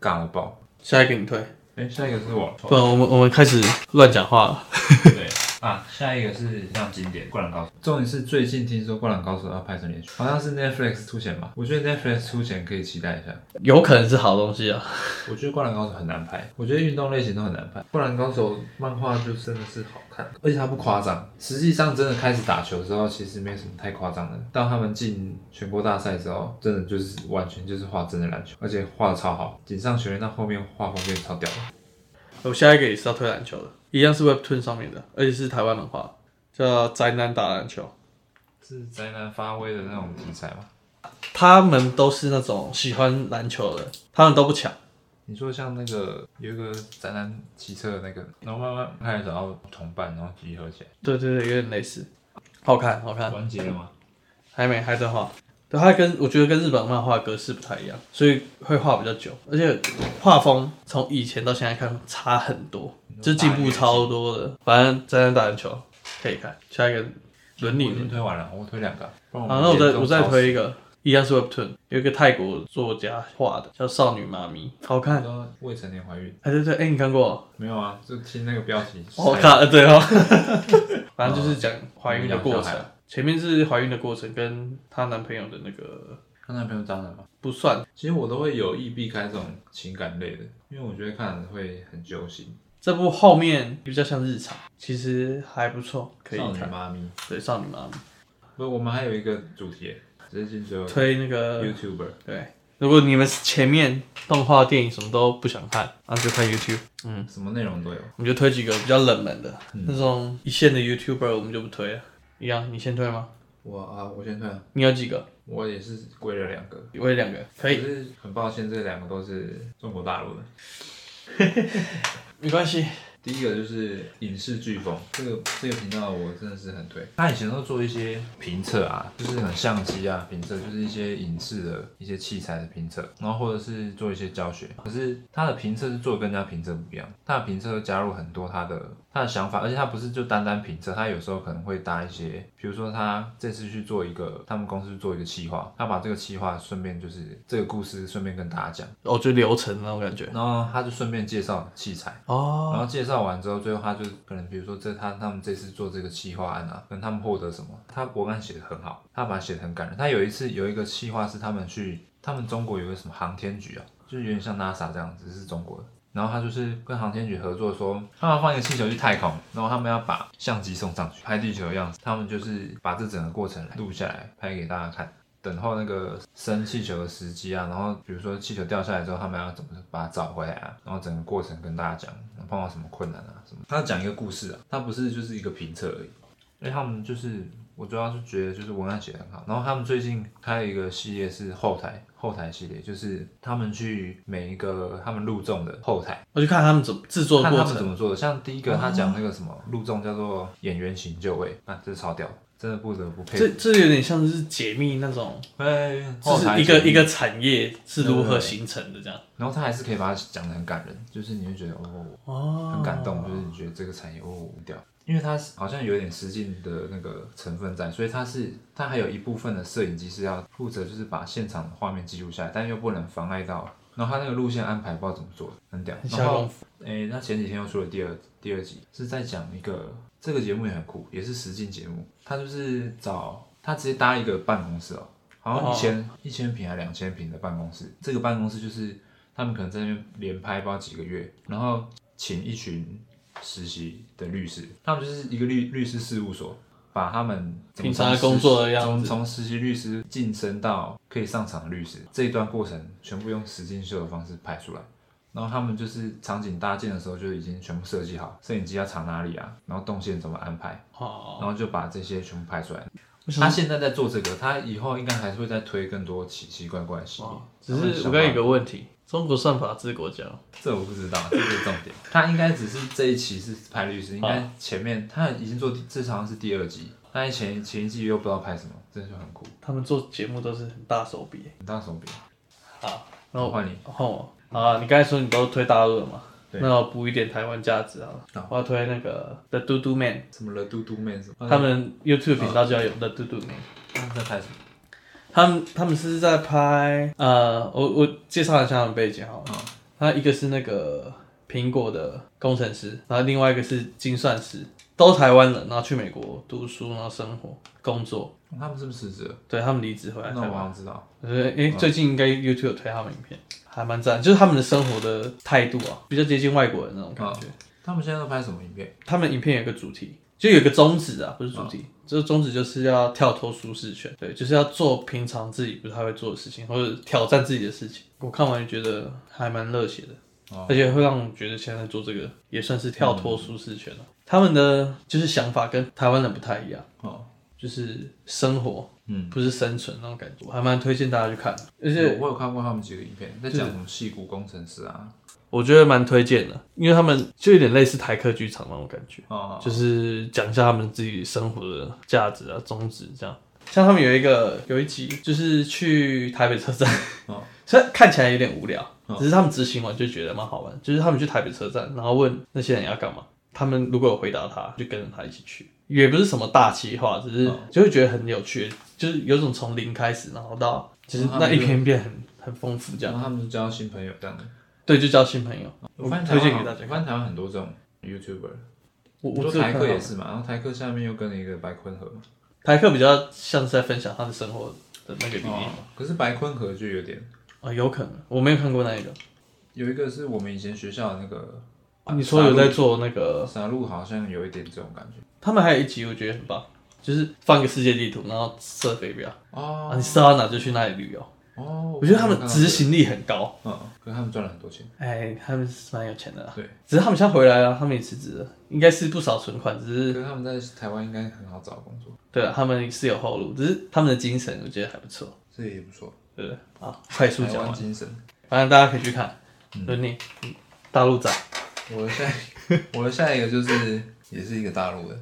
[SPEAKER 1] 尬了爆。
[SPEAKER 2] 下一个你推，
[SPEAKER 1] 哎，下一个是 我，
[SPEAKER 2] 不然我们我们开始乱讲话了。
[SPEAKER 1] 对啊，下一个是像经典《灌篮高手》，重点是最近听说《灌篮高手》要拍成连续，好像是 Netflix 出钱吧？我觉得 Netflix 出钱可以期待一下。
[SPEAKER 2] 有可能是好东西啊。
[SPEAKER 1] 我觉得《灌篮高手》很难拍，我觉得运动类型都很难拍，《灌篮高手》漫画就真的是好看，而且它不夸张。实际上真的开始打球之后，其实没什么太夸张的。到他们进全国大赛之后，真的就是完全就是画真的篮球，而且画的超好。井上学院到后面画风变得超屌了。
[SPEAKER 2] 我下一个也是要推篮球的，一样是 Webtoon 上面的，而且是台湾文化，叫《宅男打篮球》。
[SPEAKER 1] 是宅男发威的那种题材吗？
[SPEAKER 2] 他们都是那种喜欢篮球的人，他们都不抢。
[SPEAKER 1] 你说像那个有一个宅男骑车的那个，然后慢慢开始找到同伴，然后集合起来，
[SPEAKER 2] 对对对，有点类似。好看，好看，
[SPEAKER 1] 完结了吗？
[SPEAKER 2] 还没还在画。对，它跟我觉得跟日本漫画格式不太一样，所以会画比较久，而且画风从以前到现在看差很多，就进步超多的。反正宅男打篮球可以看，下一个伦理
[SPEAKER 1] 我已经推完了，我推两个。不然我们
[SPEAKER 2] 啊好，那我
[SPEAKER 1] 严
[SPEAKER 2] 再
[SPEAKER 1] 重
[SPEAKER 2] 我再
[SPEAKER 1] 超时
[SPEAKER 2] 推一个，一样是 Webtoon，有一个泰国作家画的，叫《少女妈咪》，好看。
[SPEAKER 1] 说未成年怀孕
[SPEAKER 2] 哎，对对，哎，你看过？
[SPEAKER 1] 没有啊？就听那个标题，
[SPEAKER 2] 我看，呃对哦。反正就是讲怀孕的
[SPEAKER 1] 嗯
[SPEAKER 2] 过程
[SPEAKER 1] 养小孩，
[SPEAKER 2] 前面是怀孕的过程跟她男朋友的那个
[SPEAKER 1] 她男朋友渣男吗？
[SPEAKER 2] 不算，
[SPEAKER 1] 其实我都会有意避开这种情感类的，因为我觉得看了会很揪心。
[SPEAKER 2] 这部后面比较像日常，其实还不错，可以
[SPEAKER 1] 少女
[SPEAKER 2] 看。
[SPEAKER 1] 妈咪，
[SPEAKER 2] 对，少女妈咪
[SPEAKER 1] 不，我们还有一个主题耶，直接进最后一个
[SPEAKER 2] 推那个
[SPEAKER 1] YouTuber。
[SPEAKER 2] 对。如果你们前面动画、电影什么都不想看，那就看 YouTube。
[SPEAKER 1] 什么内容都有，
[SPEAKER 2] 我们就推几个比较冷门的，
[SPEAKER 1] 嗯
[SPEAKER 2] 那种一线的 YouTuber 我们就不推了。一样，你先推吗？
[SPEAKER 1] 我啊，我先推啊，
[SPEAKER 2] 你有几个？
[SPEAKER 1] 我也是归了两个，
[SPEAKER 2] 我有两个，可
[SPEAKER 1] 可
[SPEAKER 2] 以，
[SPEAKER 1] 是很抱歉，这两个都是中国大陆的。
[SPEAKER 2] 没关系。
[SPEAKER 1] 第一个就是影视飓风，这个这个频道我真的是很推。他以前都做一些评测啊，就是很相机啊评测，就是一些影视的一些器材的评测，然后或者是做一些教学。可是他的评测是做的跟人家评测不一样，他的评测加入很多他的他的想法，而且他不是就单单评测，他有时候可能会搭一些，比如说他这次去做一个他们公司做一个企划，他把这个企划顺便就是这个故事顺便跟大家讲，
[SPEAKER 2] 哦，就流程那种感觉。
[SPEAKER 1] 然后他就顺便介绍器材。
[SPEAKER 2] 哦，
[SPEAKER 1] 然后介绍完之后，最后他就可能比如说这他他们这次做这个企划案啊，可能他们获得什么，他文案写的很好，他把它写的很感人。他有一次有一个企划是他们去，他们中国有个什么航天局啊，就是有点像 NASA 这样子，是中国的。然后他就是跟航天局合作说他们要放一个气球去太空，然后他们要把相机送上去拍地球的样子，他们就是把这整个过程录下来拍给大家看。等候那个升气球的时机啊，然后比如说气球掉下来之后，他们要怎么把它找回来啊，然后整个过程跟大家讲碰到什么困难啊什么。他讲一个故事啊，他不是就是一个评测而已。因为他们就是我主要是觉得就是文案写得很好，然后他们最近开了一个系列是后台后台系列，就是他们去每一个他们录中的后台，
[SPEAKER 2] 我就看他们怎么制作
[SPEAKER 1] 看
[SPEAKER 2] 过
[SPEAKER 1] 他们怎
[SPEAKER 2] 程。
[SPEAKER 1] 么做的。像第一个他讲那个什么录中叫做演员型就位，啊，这是超屌的，真的不得不佩
[SPEAKER 2] 这
[SPEAKER 1] 服。
[SPEAKER 2] 这有点像是解密那种，
[SPEAKER 1] 哎，
[SPEAKER 2] 就
[SPEAKER 1] 后
[SPEAKER 2] 是
[SPEAKER 1] 台
[SPEAKER 2] 一个
[SPEAKER 1] 解密
[SPEAKER 2] 一个产业是如
[SPEAKER 1] 对对
[SPEAKER 2] 何
[SPEAKER 1] 对
[SPEAKER 2] 形成的这样。
[SPEAKER 1] 然后他还是可以把它讲得很感人，就是你会觉得哦，
[SPEAKER 2] 哦，
[SPEAKER 1] 很感动，就是你觉得这个产业哦很屌，因为它是好像有点实境的那个成分在，所以它是它还有一部分的摄影机是要负责就是把现场的画面记录下来，但又不能妨碍到，然后它那个路线安排不知道怎么做，很屌。
[SPEAKER 2] 下
[SPEAKER 1] 然后
[SPEAKER 2] 功
[SPEAKER 1] 诶，那前几天又出了第二第二集，是在讲一个这个节目也很酷，也是实境节目，他就是找他直接搭一个办公室哦，好像一千一千平还两千平的办公室，这个办公室就是。他他们可能在那边连拍不知道几个月，然后请一群实习的律师，他们就是一个律律师事务所，把他们怎么
[SPEAKER 3] 平常
[SPEAKER 1] 从
[SPEAKER 3] 的工作的样
[SPEAKER 1] 从
[SPEAKER 3] 子
[SPEAKER 1] 从实习律师晋升到可以上场的律师这一段过程，全部用实境秀的方式拍出来。然后他们就是场景搭建的时候就已经全部设计好，摄影机要藏哪里啊，然后动线怎么安排，
[SPEAKER 2] 哦，
[SPEAKER 1] 然后就把这些全部拍出来。
[SPEAKER 3] 我想
[SPEAKER 1] 他现在在做这个，他以后应该还是会再推更多奇奇怪怪的系列
[SPEAKER 3] 哦。只是我刚刚有个问题，中国算法治国家吗，
[SPEAKER 1] 这我不知道，这是重点。他应该只是这一期是拍律师，应该
[SPEAKER 2] 啊
[SPEAKER 1] 前面他已经做第，这好像是第二季，但前前一季又不知道拍什么，这就很酷，
[SPEAKER 2] 他们做节目都是很大手笔。
[SPEAKER 1] 很大手笔。
[SPEAKER 2] 好，
[SPEAKER 1] 然后换你，
[SPEAKER 2] 哦，啊，你刚才说你都推大陆了嘛？
[SPEAKER 1] 对
[SPEAKER 2] 那我补一点台湾价值啊
[SPEAKER 1] 好！
[SPEAKER 2] 我要推那个 The Do Do Man，
[SPEAKER 1] 什么了嘟嘟妹什么，
[SPEAKER 2] 他们 YouTube 频道叫有 The Do Do Man。
[SPEAKER 1] 他们在拍什么？
[SPEAKER 2] 他们他们是在拍呃，我我介绍一下他们背景好了。
[SPEAKER 1] 嗯
[SPEAKER 2] 他一个是那个苹果的工程师，然后另外一个是精算师，都台湾人，然后去美国读书，然后生活工作。
[SPEAKER 1] 他们是不是辞职了？
[SPEAKER 2] 对他们离职回来
[SPEAKER 1] 那
[SPEAKER 2] 台
[SPEAKER 1] 我好嗯
[SPEAKER 2] 湾，
[SPEAKER 1] 像知道。
[SPEAKER 2] 我觉得诶，最近应该 YouTube 有推他们影片，还蛮赞，就是他们的生活的态度啊，比较接近外国人那种感
[SPEAKER 1] 嗯
[SPEAKER 2] 觉。
[SPEAKER 1] 哦他们现在都拍什么影片？
[SPEAKER 2] 他们影片有一个主题，就有一个宗旨
[SPEAKER 1] 嗯
[SPEAKER 2] 啊，不是主题，这个宗旨就是要跳脱舒适圈，对，就是要做平常自己不太会做的事情，或者挑战自己的事情。我看完就觉得还蛮热血的，
[SPEAKER 1] 哦嗯
[SPEAKER 2] 而且会让我觉得现在做这个也算是跳脱舒适圈了。他们的就是想法跟台湾人不太一样，
[SPEAKER 1] 哦，
[SPEAKER 2] 就是生活
[SPEAKER 1] 嗯，
[SPEAKER 2] 不是生存那种感觉，我还蛮推荐大家去看的，而且
[SPEAKER 1] 有我有看过他们几个影片，在讲什么戏骨工程师啊，
[SPEAKER 2] 我觉得蛮推荐的，因为他们就有点类似台客剧场那种感觉。
[SPEAKER 1] 哦，
[SPEAKER 2] 就是讲一下他们自己生活的价值啊、宗旨这样。像他们有一个有一集就是去台北车站，
[SPEAKER 1] 哦
[SPEAKER 2] 虽然看起来有点无聊，
[SPEAKER 1] 哦
[SPEAKER 2] 只是他们执行完就觉得蛮好玩。就是他们去台北车站，然后问那些人要干嘛，他们如果有回答他，就跟着他一起去，也不是什么大计划，只是
[SPEAKER 1] 哦
[SPEAKER 2] 就会觉得很有趣，就是有种从零开始，然后到就是
[SPEAKER 1] 哦他们
[SPEAKER 2] 那一
[SPEAKER 1] 就
[SPEAKER 2] 篇变很很丰富这
[SPEAKER 1] 然
[SPEAKER 2] 样。
[SPEAKER 1] 后他们就交新朋友这样的。
[SPEAKER 2] 对，就交新朋友，
[SPEAKER 1] 我发现台
[SPEAKER 2] 推
[SPEAKER 1] 湾
[SPEAKER 2] 荐
[SPEAKER 1] 好
[SPEAKER 2] 给大家
[SPEAKER 1] 我发
[SPEAKER 2] 看。
[SPEAKER 1] 现台湾很多这种 YouTuber，
[SPEAKER 2] 我
[SPEAKER 1] 你
[SPEAKER 2] 我
[SPEAKER 1] 说
[SPEAKER 2] 只有
[SPEAKER 1] 台
[SPEAKER 2] 看
[SPEAKER 1] 客
[SPEAKER 2] 到
[SPEAKER 1] 也是嘛，然后台客下面又跟了一个白坤和嘛，
[SPEAKER 2] 台客比较像是在分享他的生活的那个理念。
[SPEAKER 1] 哦，可是白坤和就有点，
[SPEAKER 2] 啊，有可能，我没有看过那一个。
[SPEAKER 1] 有一个是我们以前学校的那个，
[SPEAKER 2] 你说有在做那个？
[SPEAKER 1] 傻路好像有一点这种感觉
[SPEAKER 2] 他们还有一集我觉得很棒，就是放一个世界地图，然后设飞镖，啊，
[SPEAKER 1] 哦
[SPEAKER 2] 你射到哪就去哪里旅游。
[SPEAKER 1] 哦，
[SPEAKER 2] 我觉得他们执
[SPEAKER 1] 行，
[SPEAKER 2] 行力很高，
[SPEAKER 1] 嗯，可是他们赚了很多钱，
[SPEAKER 2] 嗯哎，他们是蛮有钱的啦。
[SPEAKER 1] 对，
[SPEAKER 2] 只是他们现在回来了，他们也辞职了，应该是不少存款，只
[SPEAKER 1] 可
[SPEAKER 2] 是
[SPEAKER 1] 是他们在台湾应该很好找工作，
[SPEAKER 2] 对啊，他们是有后路，只是他们的精神我觉得还不错，
[SPEAKER 1] 这也不错，
[SPEAKER 2] 对不对？好，快速
[SPEAKER 1] 台
[SPEAKER 2] 讲
[SPEAKER 1] 湾
[SPEAKER 2] 完，
[SPEAKER 1] 精神。
[SPEAKER 2] 反正大家可以去看。轮你，大陆仔，
[SPEAKER 1] 我的下一我的下一个就是也是一个大陆的，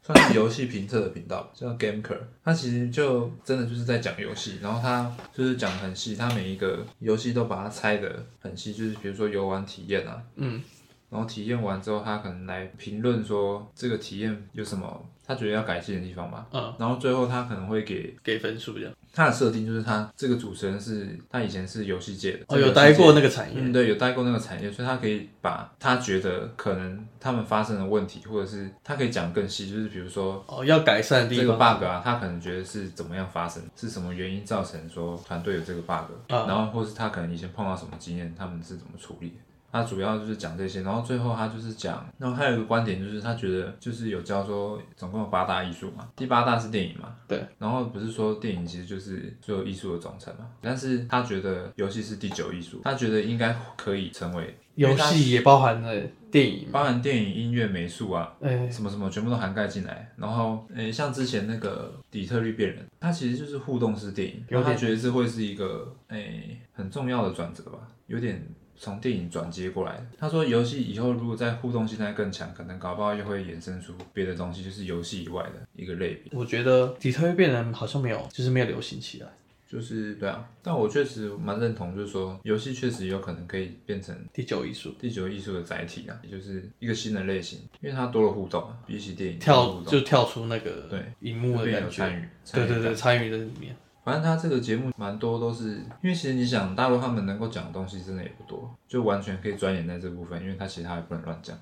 [SPEAKER 1] 算是游戏评测的频道，叫 Gameker。它其实就真的就是在讲游戏，然后它就是讲得很细，它每一个游戏都把它拆的很细，就是比如说游玩体验啊，
[SPEAKER 2] 嗯，
[SPEAKER 1] 然后体验完之后，他可能来评论说这个体验有什么他觉得要改进的地方吧。
[SPEAKER 2] 嗯，
[SPEAKER 1] 然后最后他可能会给
[SPEAKER 2] 给分数这样。
[SPEAKER 1] 他的设定就是他这个主持人是他以前是游戏界的，
[SPEAKER 2] 哦，有待过那个产业
[SPEAKER 1] 嗯，，对，有待过那个产业，所以他可以把他觉得可能他们发生的问题，或者是他可以讲更细，就是比如说
[SPEAKER 2] 哦，要改善的
[SPEAKER 1] 这
[SPEAKER 2] 地
[SPEAKER 1] 个
[SPEAKER 2] 方。
[SPEAKER 1] bug 啊，他可能觉得是怎么样发生，是什么原因造成说团队有这个 bug，、
[SPEAKER 2] 啊
[SPEAKER 1] 然后或是他可能以前碰到什么经验，他们是怎么处理的。他主要就是讲这些，然后最后他就是讲，然后还有一个观点就是他觉得就是有教说总共有八大艺术嘛，第八大是电影嘛，
[SPEAKER 2] 对，
[SPEAKER 1] 然后不是说电影其实就是所有艺术的总称嘛，但是他觉得游戏是第九艺术，他觉得应该可以成为
[SPEAKER 2] 游戏也包含了电影嘛，
[SPEAKER 1] 包含电影、音乐、美术啊，
[SPEAKER 2] 哎、
[SPEAKER 1] 什么什么全部都涵盖进来。然后，诶、像之前那个底特律变人，它其实就是互动式电影，
[SPEAKER 2] 有
[SPEAKER 1] 然后他
[SPEAKER 2] 点
[SPEAKER 1] 觉得这会是一个诶、很重要的转折吧，有点从电影转接过来的。他说，游戏以后如果在互动性再更强，可能搞不好又会衍生出别的东西，就是游戏以外的一个类别。
[SPEAKER 2] 我觉得底特律变人好像没有，就是没有流行起来。
[SPEAKER 1] 就是对啊，但我确实蛮认同，就是说游戏确实有可能可以变成
[SPEAKER 2] 第九艺术
[SPEAKER 1] 第九艺术的载体啊，也就是一个新的类型，因为它多了互动啊，比起电影多了
[SPEAKER 2] 跳
[SPEAKER 1] 互动
[SPEAKER 2] 就跳出那个
[SPEAKER 1] 对
[SPEAKER 2] 荧幕的
[SPEAKER 1] 变有
[SPEAKER 2] 感
[SPEAKER 1] 参
[SPEAKER 2] 觉，
[SPEAKER 1] 与，参
[SPEAKER 2] 对
[SPEAKER 1] 与
[SPEAKER 2] 对对，
[SPEAKER 1] 感。
[SPEAKER 2] 参与在里面。
[SPEAKER 1] 反正他这个节目蛮多都是，因为其实你想大陆他们能够讲的东西真的也不多，就完全可以钻研在这部分，因为他其他也不能乱讲。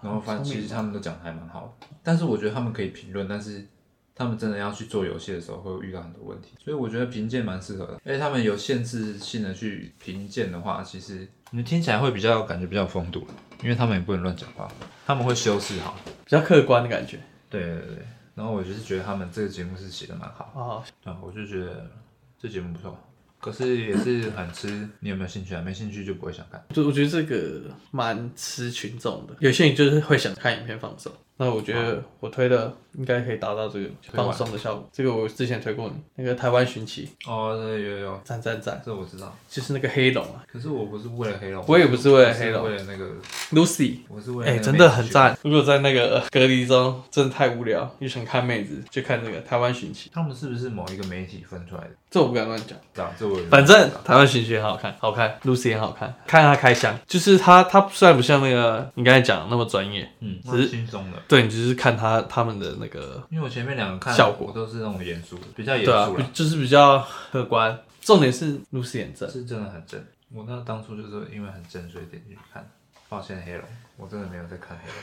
[SPEAKER 1] 然后反正
[SPEAKER 2] 聪
[SPEAKER 1] 其
[SPEAKER 2] 明
[SPEAKER 1] 实他们都讲的还蛮好的，但是我觉得他们可以评论，但是他们真的要去做游戏的时候，会遇到很多问题。所以我觉得评鉴蛮适合的，而且他们有限制性的去评鉴的话，其实你听起来会比较感觉比较有风度，因为他们也不能乱讲话，他们会修饰好。
[SPEAKER 2] 比较客观的感觉。
[SPEAKER 1] 对对对。然后我就是觉得他们这个节目是写的蛮好，
[SPEAKER 2] 哦，
[SPEAKER 1] 对，啊我就觉得这节目不错，可是也是很吃你有没有兴趣啊？没兴趣就不会想看。
[SPEAKER 2] 就我觉得这个蛮吃群众的，有些人就是会想看影片放松。那我觉得我推的应该可以达到这个
[SPEAKER 1] 啊完
[SPEAKER 2] 放松的效果。这个我之前推过你那个台湾寻奇，
[SPEAKER 1] 哦，对，有有有，
[SPEAKER 2] 赞赞赞，
[SPEAKER 1] 这我知道。
[SPEAKER 2] 就是那个黑龙啊
[SPEAKER 1] 可是我不是为了黑龙，
[SPEAKER 2] 我也不是为了黑龙
[SPEAKER 1] 我是为了那个，
[SPEAKER 2] ，Lucy。
[SPEAKER 1] 我是为了
[SPEAKER 3] 哎、
[SPEAKER 1] 那个
[SPEAKER 3] 真的很
[SPEAKER 1] 美剧。啊
[SPEAKER 3] 赞。
[SPEAKER 2] 如果在那
[SPEAKER 3] 呃
[SPEAKER 2] 个隔离中真的太无聊，又想看妹子，就看这个台湾寻奇。
[SPEAKER 1] 他们是不是某一个媒体分出来的？
[SPEAKER 2] 这我不敢乱讲。
[SPEAKER 1] 对啊，这我也
[SPEAKER 3] 反正台湾寻奇很好看，好看，Lucy 很好看，看她开箱，就是她，她虽然不像那个你刚才讲的那么专业，
[SPEAKER 1] 嗯，
[SPEAKER 3] 只是
[SPEAKER 1] 蛮轻松的。
[SPEAKER 3] 对你就是看她他们的那个，
[SPEAKER 1] 因为我前面两个看
[SPEAKER 3] 效果
[SPEAKER 1] 都是那种严肃的，比较严
[SPEAKER 3] 对啊
[SPEAKER 1] 肃，
[SPEAKER 3] 比
[SPEAKER 1] 啦，
[SPEAKER 3] 就是比较客观。重点是 Lucy 很正，
[SPEAKER 1] 是真的很正。我那当初就是因为很正，所以点进去看。抱歉，黑龙，我真的没有在看黑龙。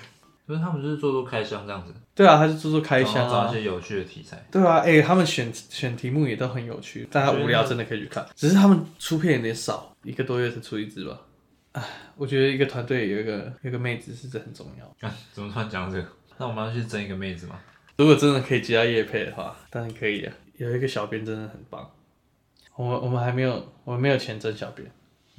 [SPEAKER 1] 就是他们就是做做开箱这样子，
[SPEAKER 2] 对啊，他就做做开
[SPEAKER 1] 然
[SPEAKER 2] 箱
[SPEAKER 1] 后找
[SPEAKER 2] 啊
[SPEAKER 1] 一。些有趣的题材。
[SPEAKER 2] 对啊，哎、他们选选题目也都很有趣，大家无聊真的可以去看。只是他们出片有点少，一个多月才出一支吧。唉，我觉得一个团队有一个有一个妹子是真的很重要。
[SPEAKER 1] 啊，怎么突然讲到这个？那我们要去争一个妹子吗？
[SPEAKER 2] 如果真的可以接到叶配的话，当然可以啊。有一个小编真的很棒。我们我们还没有我们没有钱争小编，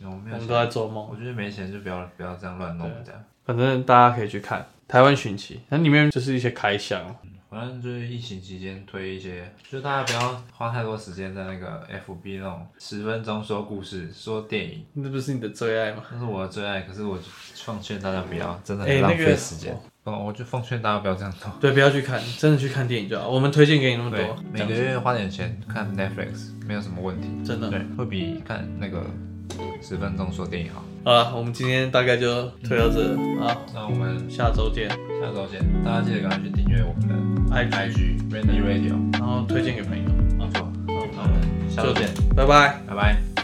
[SPEAKER 1] 我没有
[SPEAKER 2] 我们
[SPEAKER 1] 钱
[SPEAKER 2] 都在做梦。
[SPEAKER 1] 我觉得没钱就不要不要这样乱弄这样。
[SPEAKER 3] 反正大家可以去看台湾寻奇，那里面就是一些开箱，
[SPEAKER 1] 反正就是疫情期间推一些，就大家不要花太多时间在那个 FB 那种十分钟说故事、说电影，
[SPEAKER 2] 那不是你的最爱吗？
[SPEAKER 1] 那是我的最爱。可是我就奉劝大家不要，真的
[SPEAKER 2] 哎
[SPEAKER 1] 很浪
[SPEAKER 2] 那个
[SPEAKER 1] 费时间。哦，我就奉劝大家不要这样做。
[SPEAKER 2] 对，不要去看，真的去看电影就好。我们推荐给你那么
[SPEAKER 1] 对
[SPEAKER 2] 多，，
[SPEAKER 1] 每个月花点钱看 Netflix 没有什么问题。
[SPEAKER 2] 真的
[SPEAKER 1] 对，会比看那个十分钟说电影好。
[SPEAKER 2] 好了，我们今天大概就推到这啊，
[SPEAKER 1] 那我们
[SPEAKER 2] 下周见
[SPEAKER 1] 下周见，大家记得赶快去订阅我们的。
[SPEAKER 2] ，IG，
[SPEAKER 1] IG Randy Radio，
[SPEAKER 2] 然后推荐给朋友。
[SPEAKER 1] 没错，那我们下周见，
[SPEAKER 2] 拜拜。
[SPEAKER 1] 拜拜。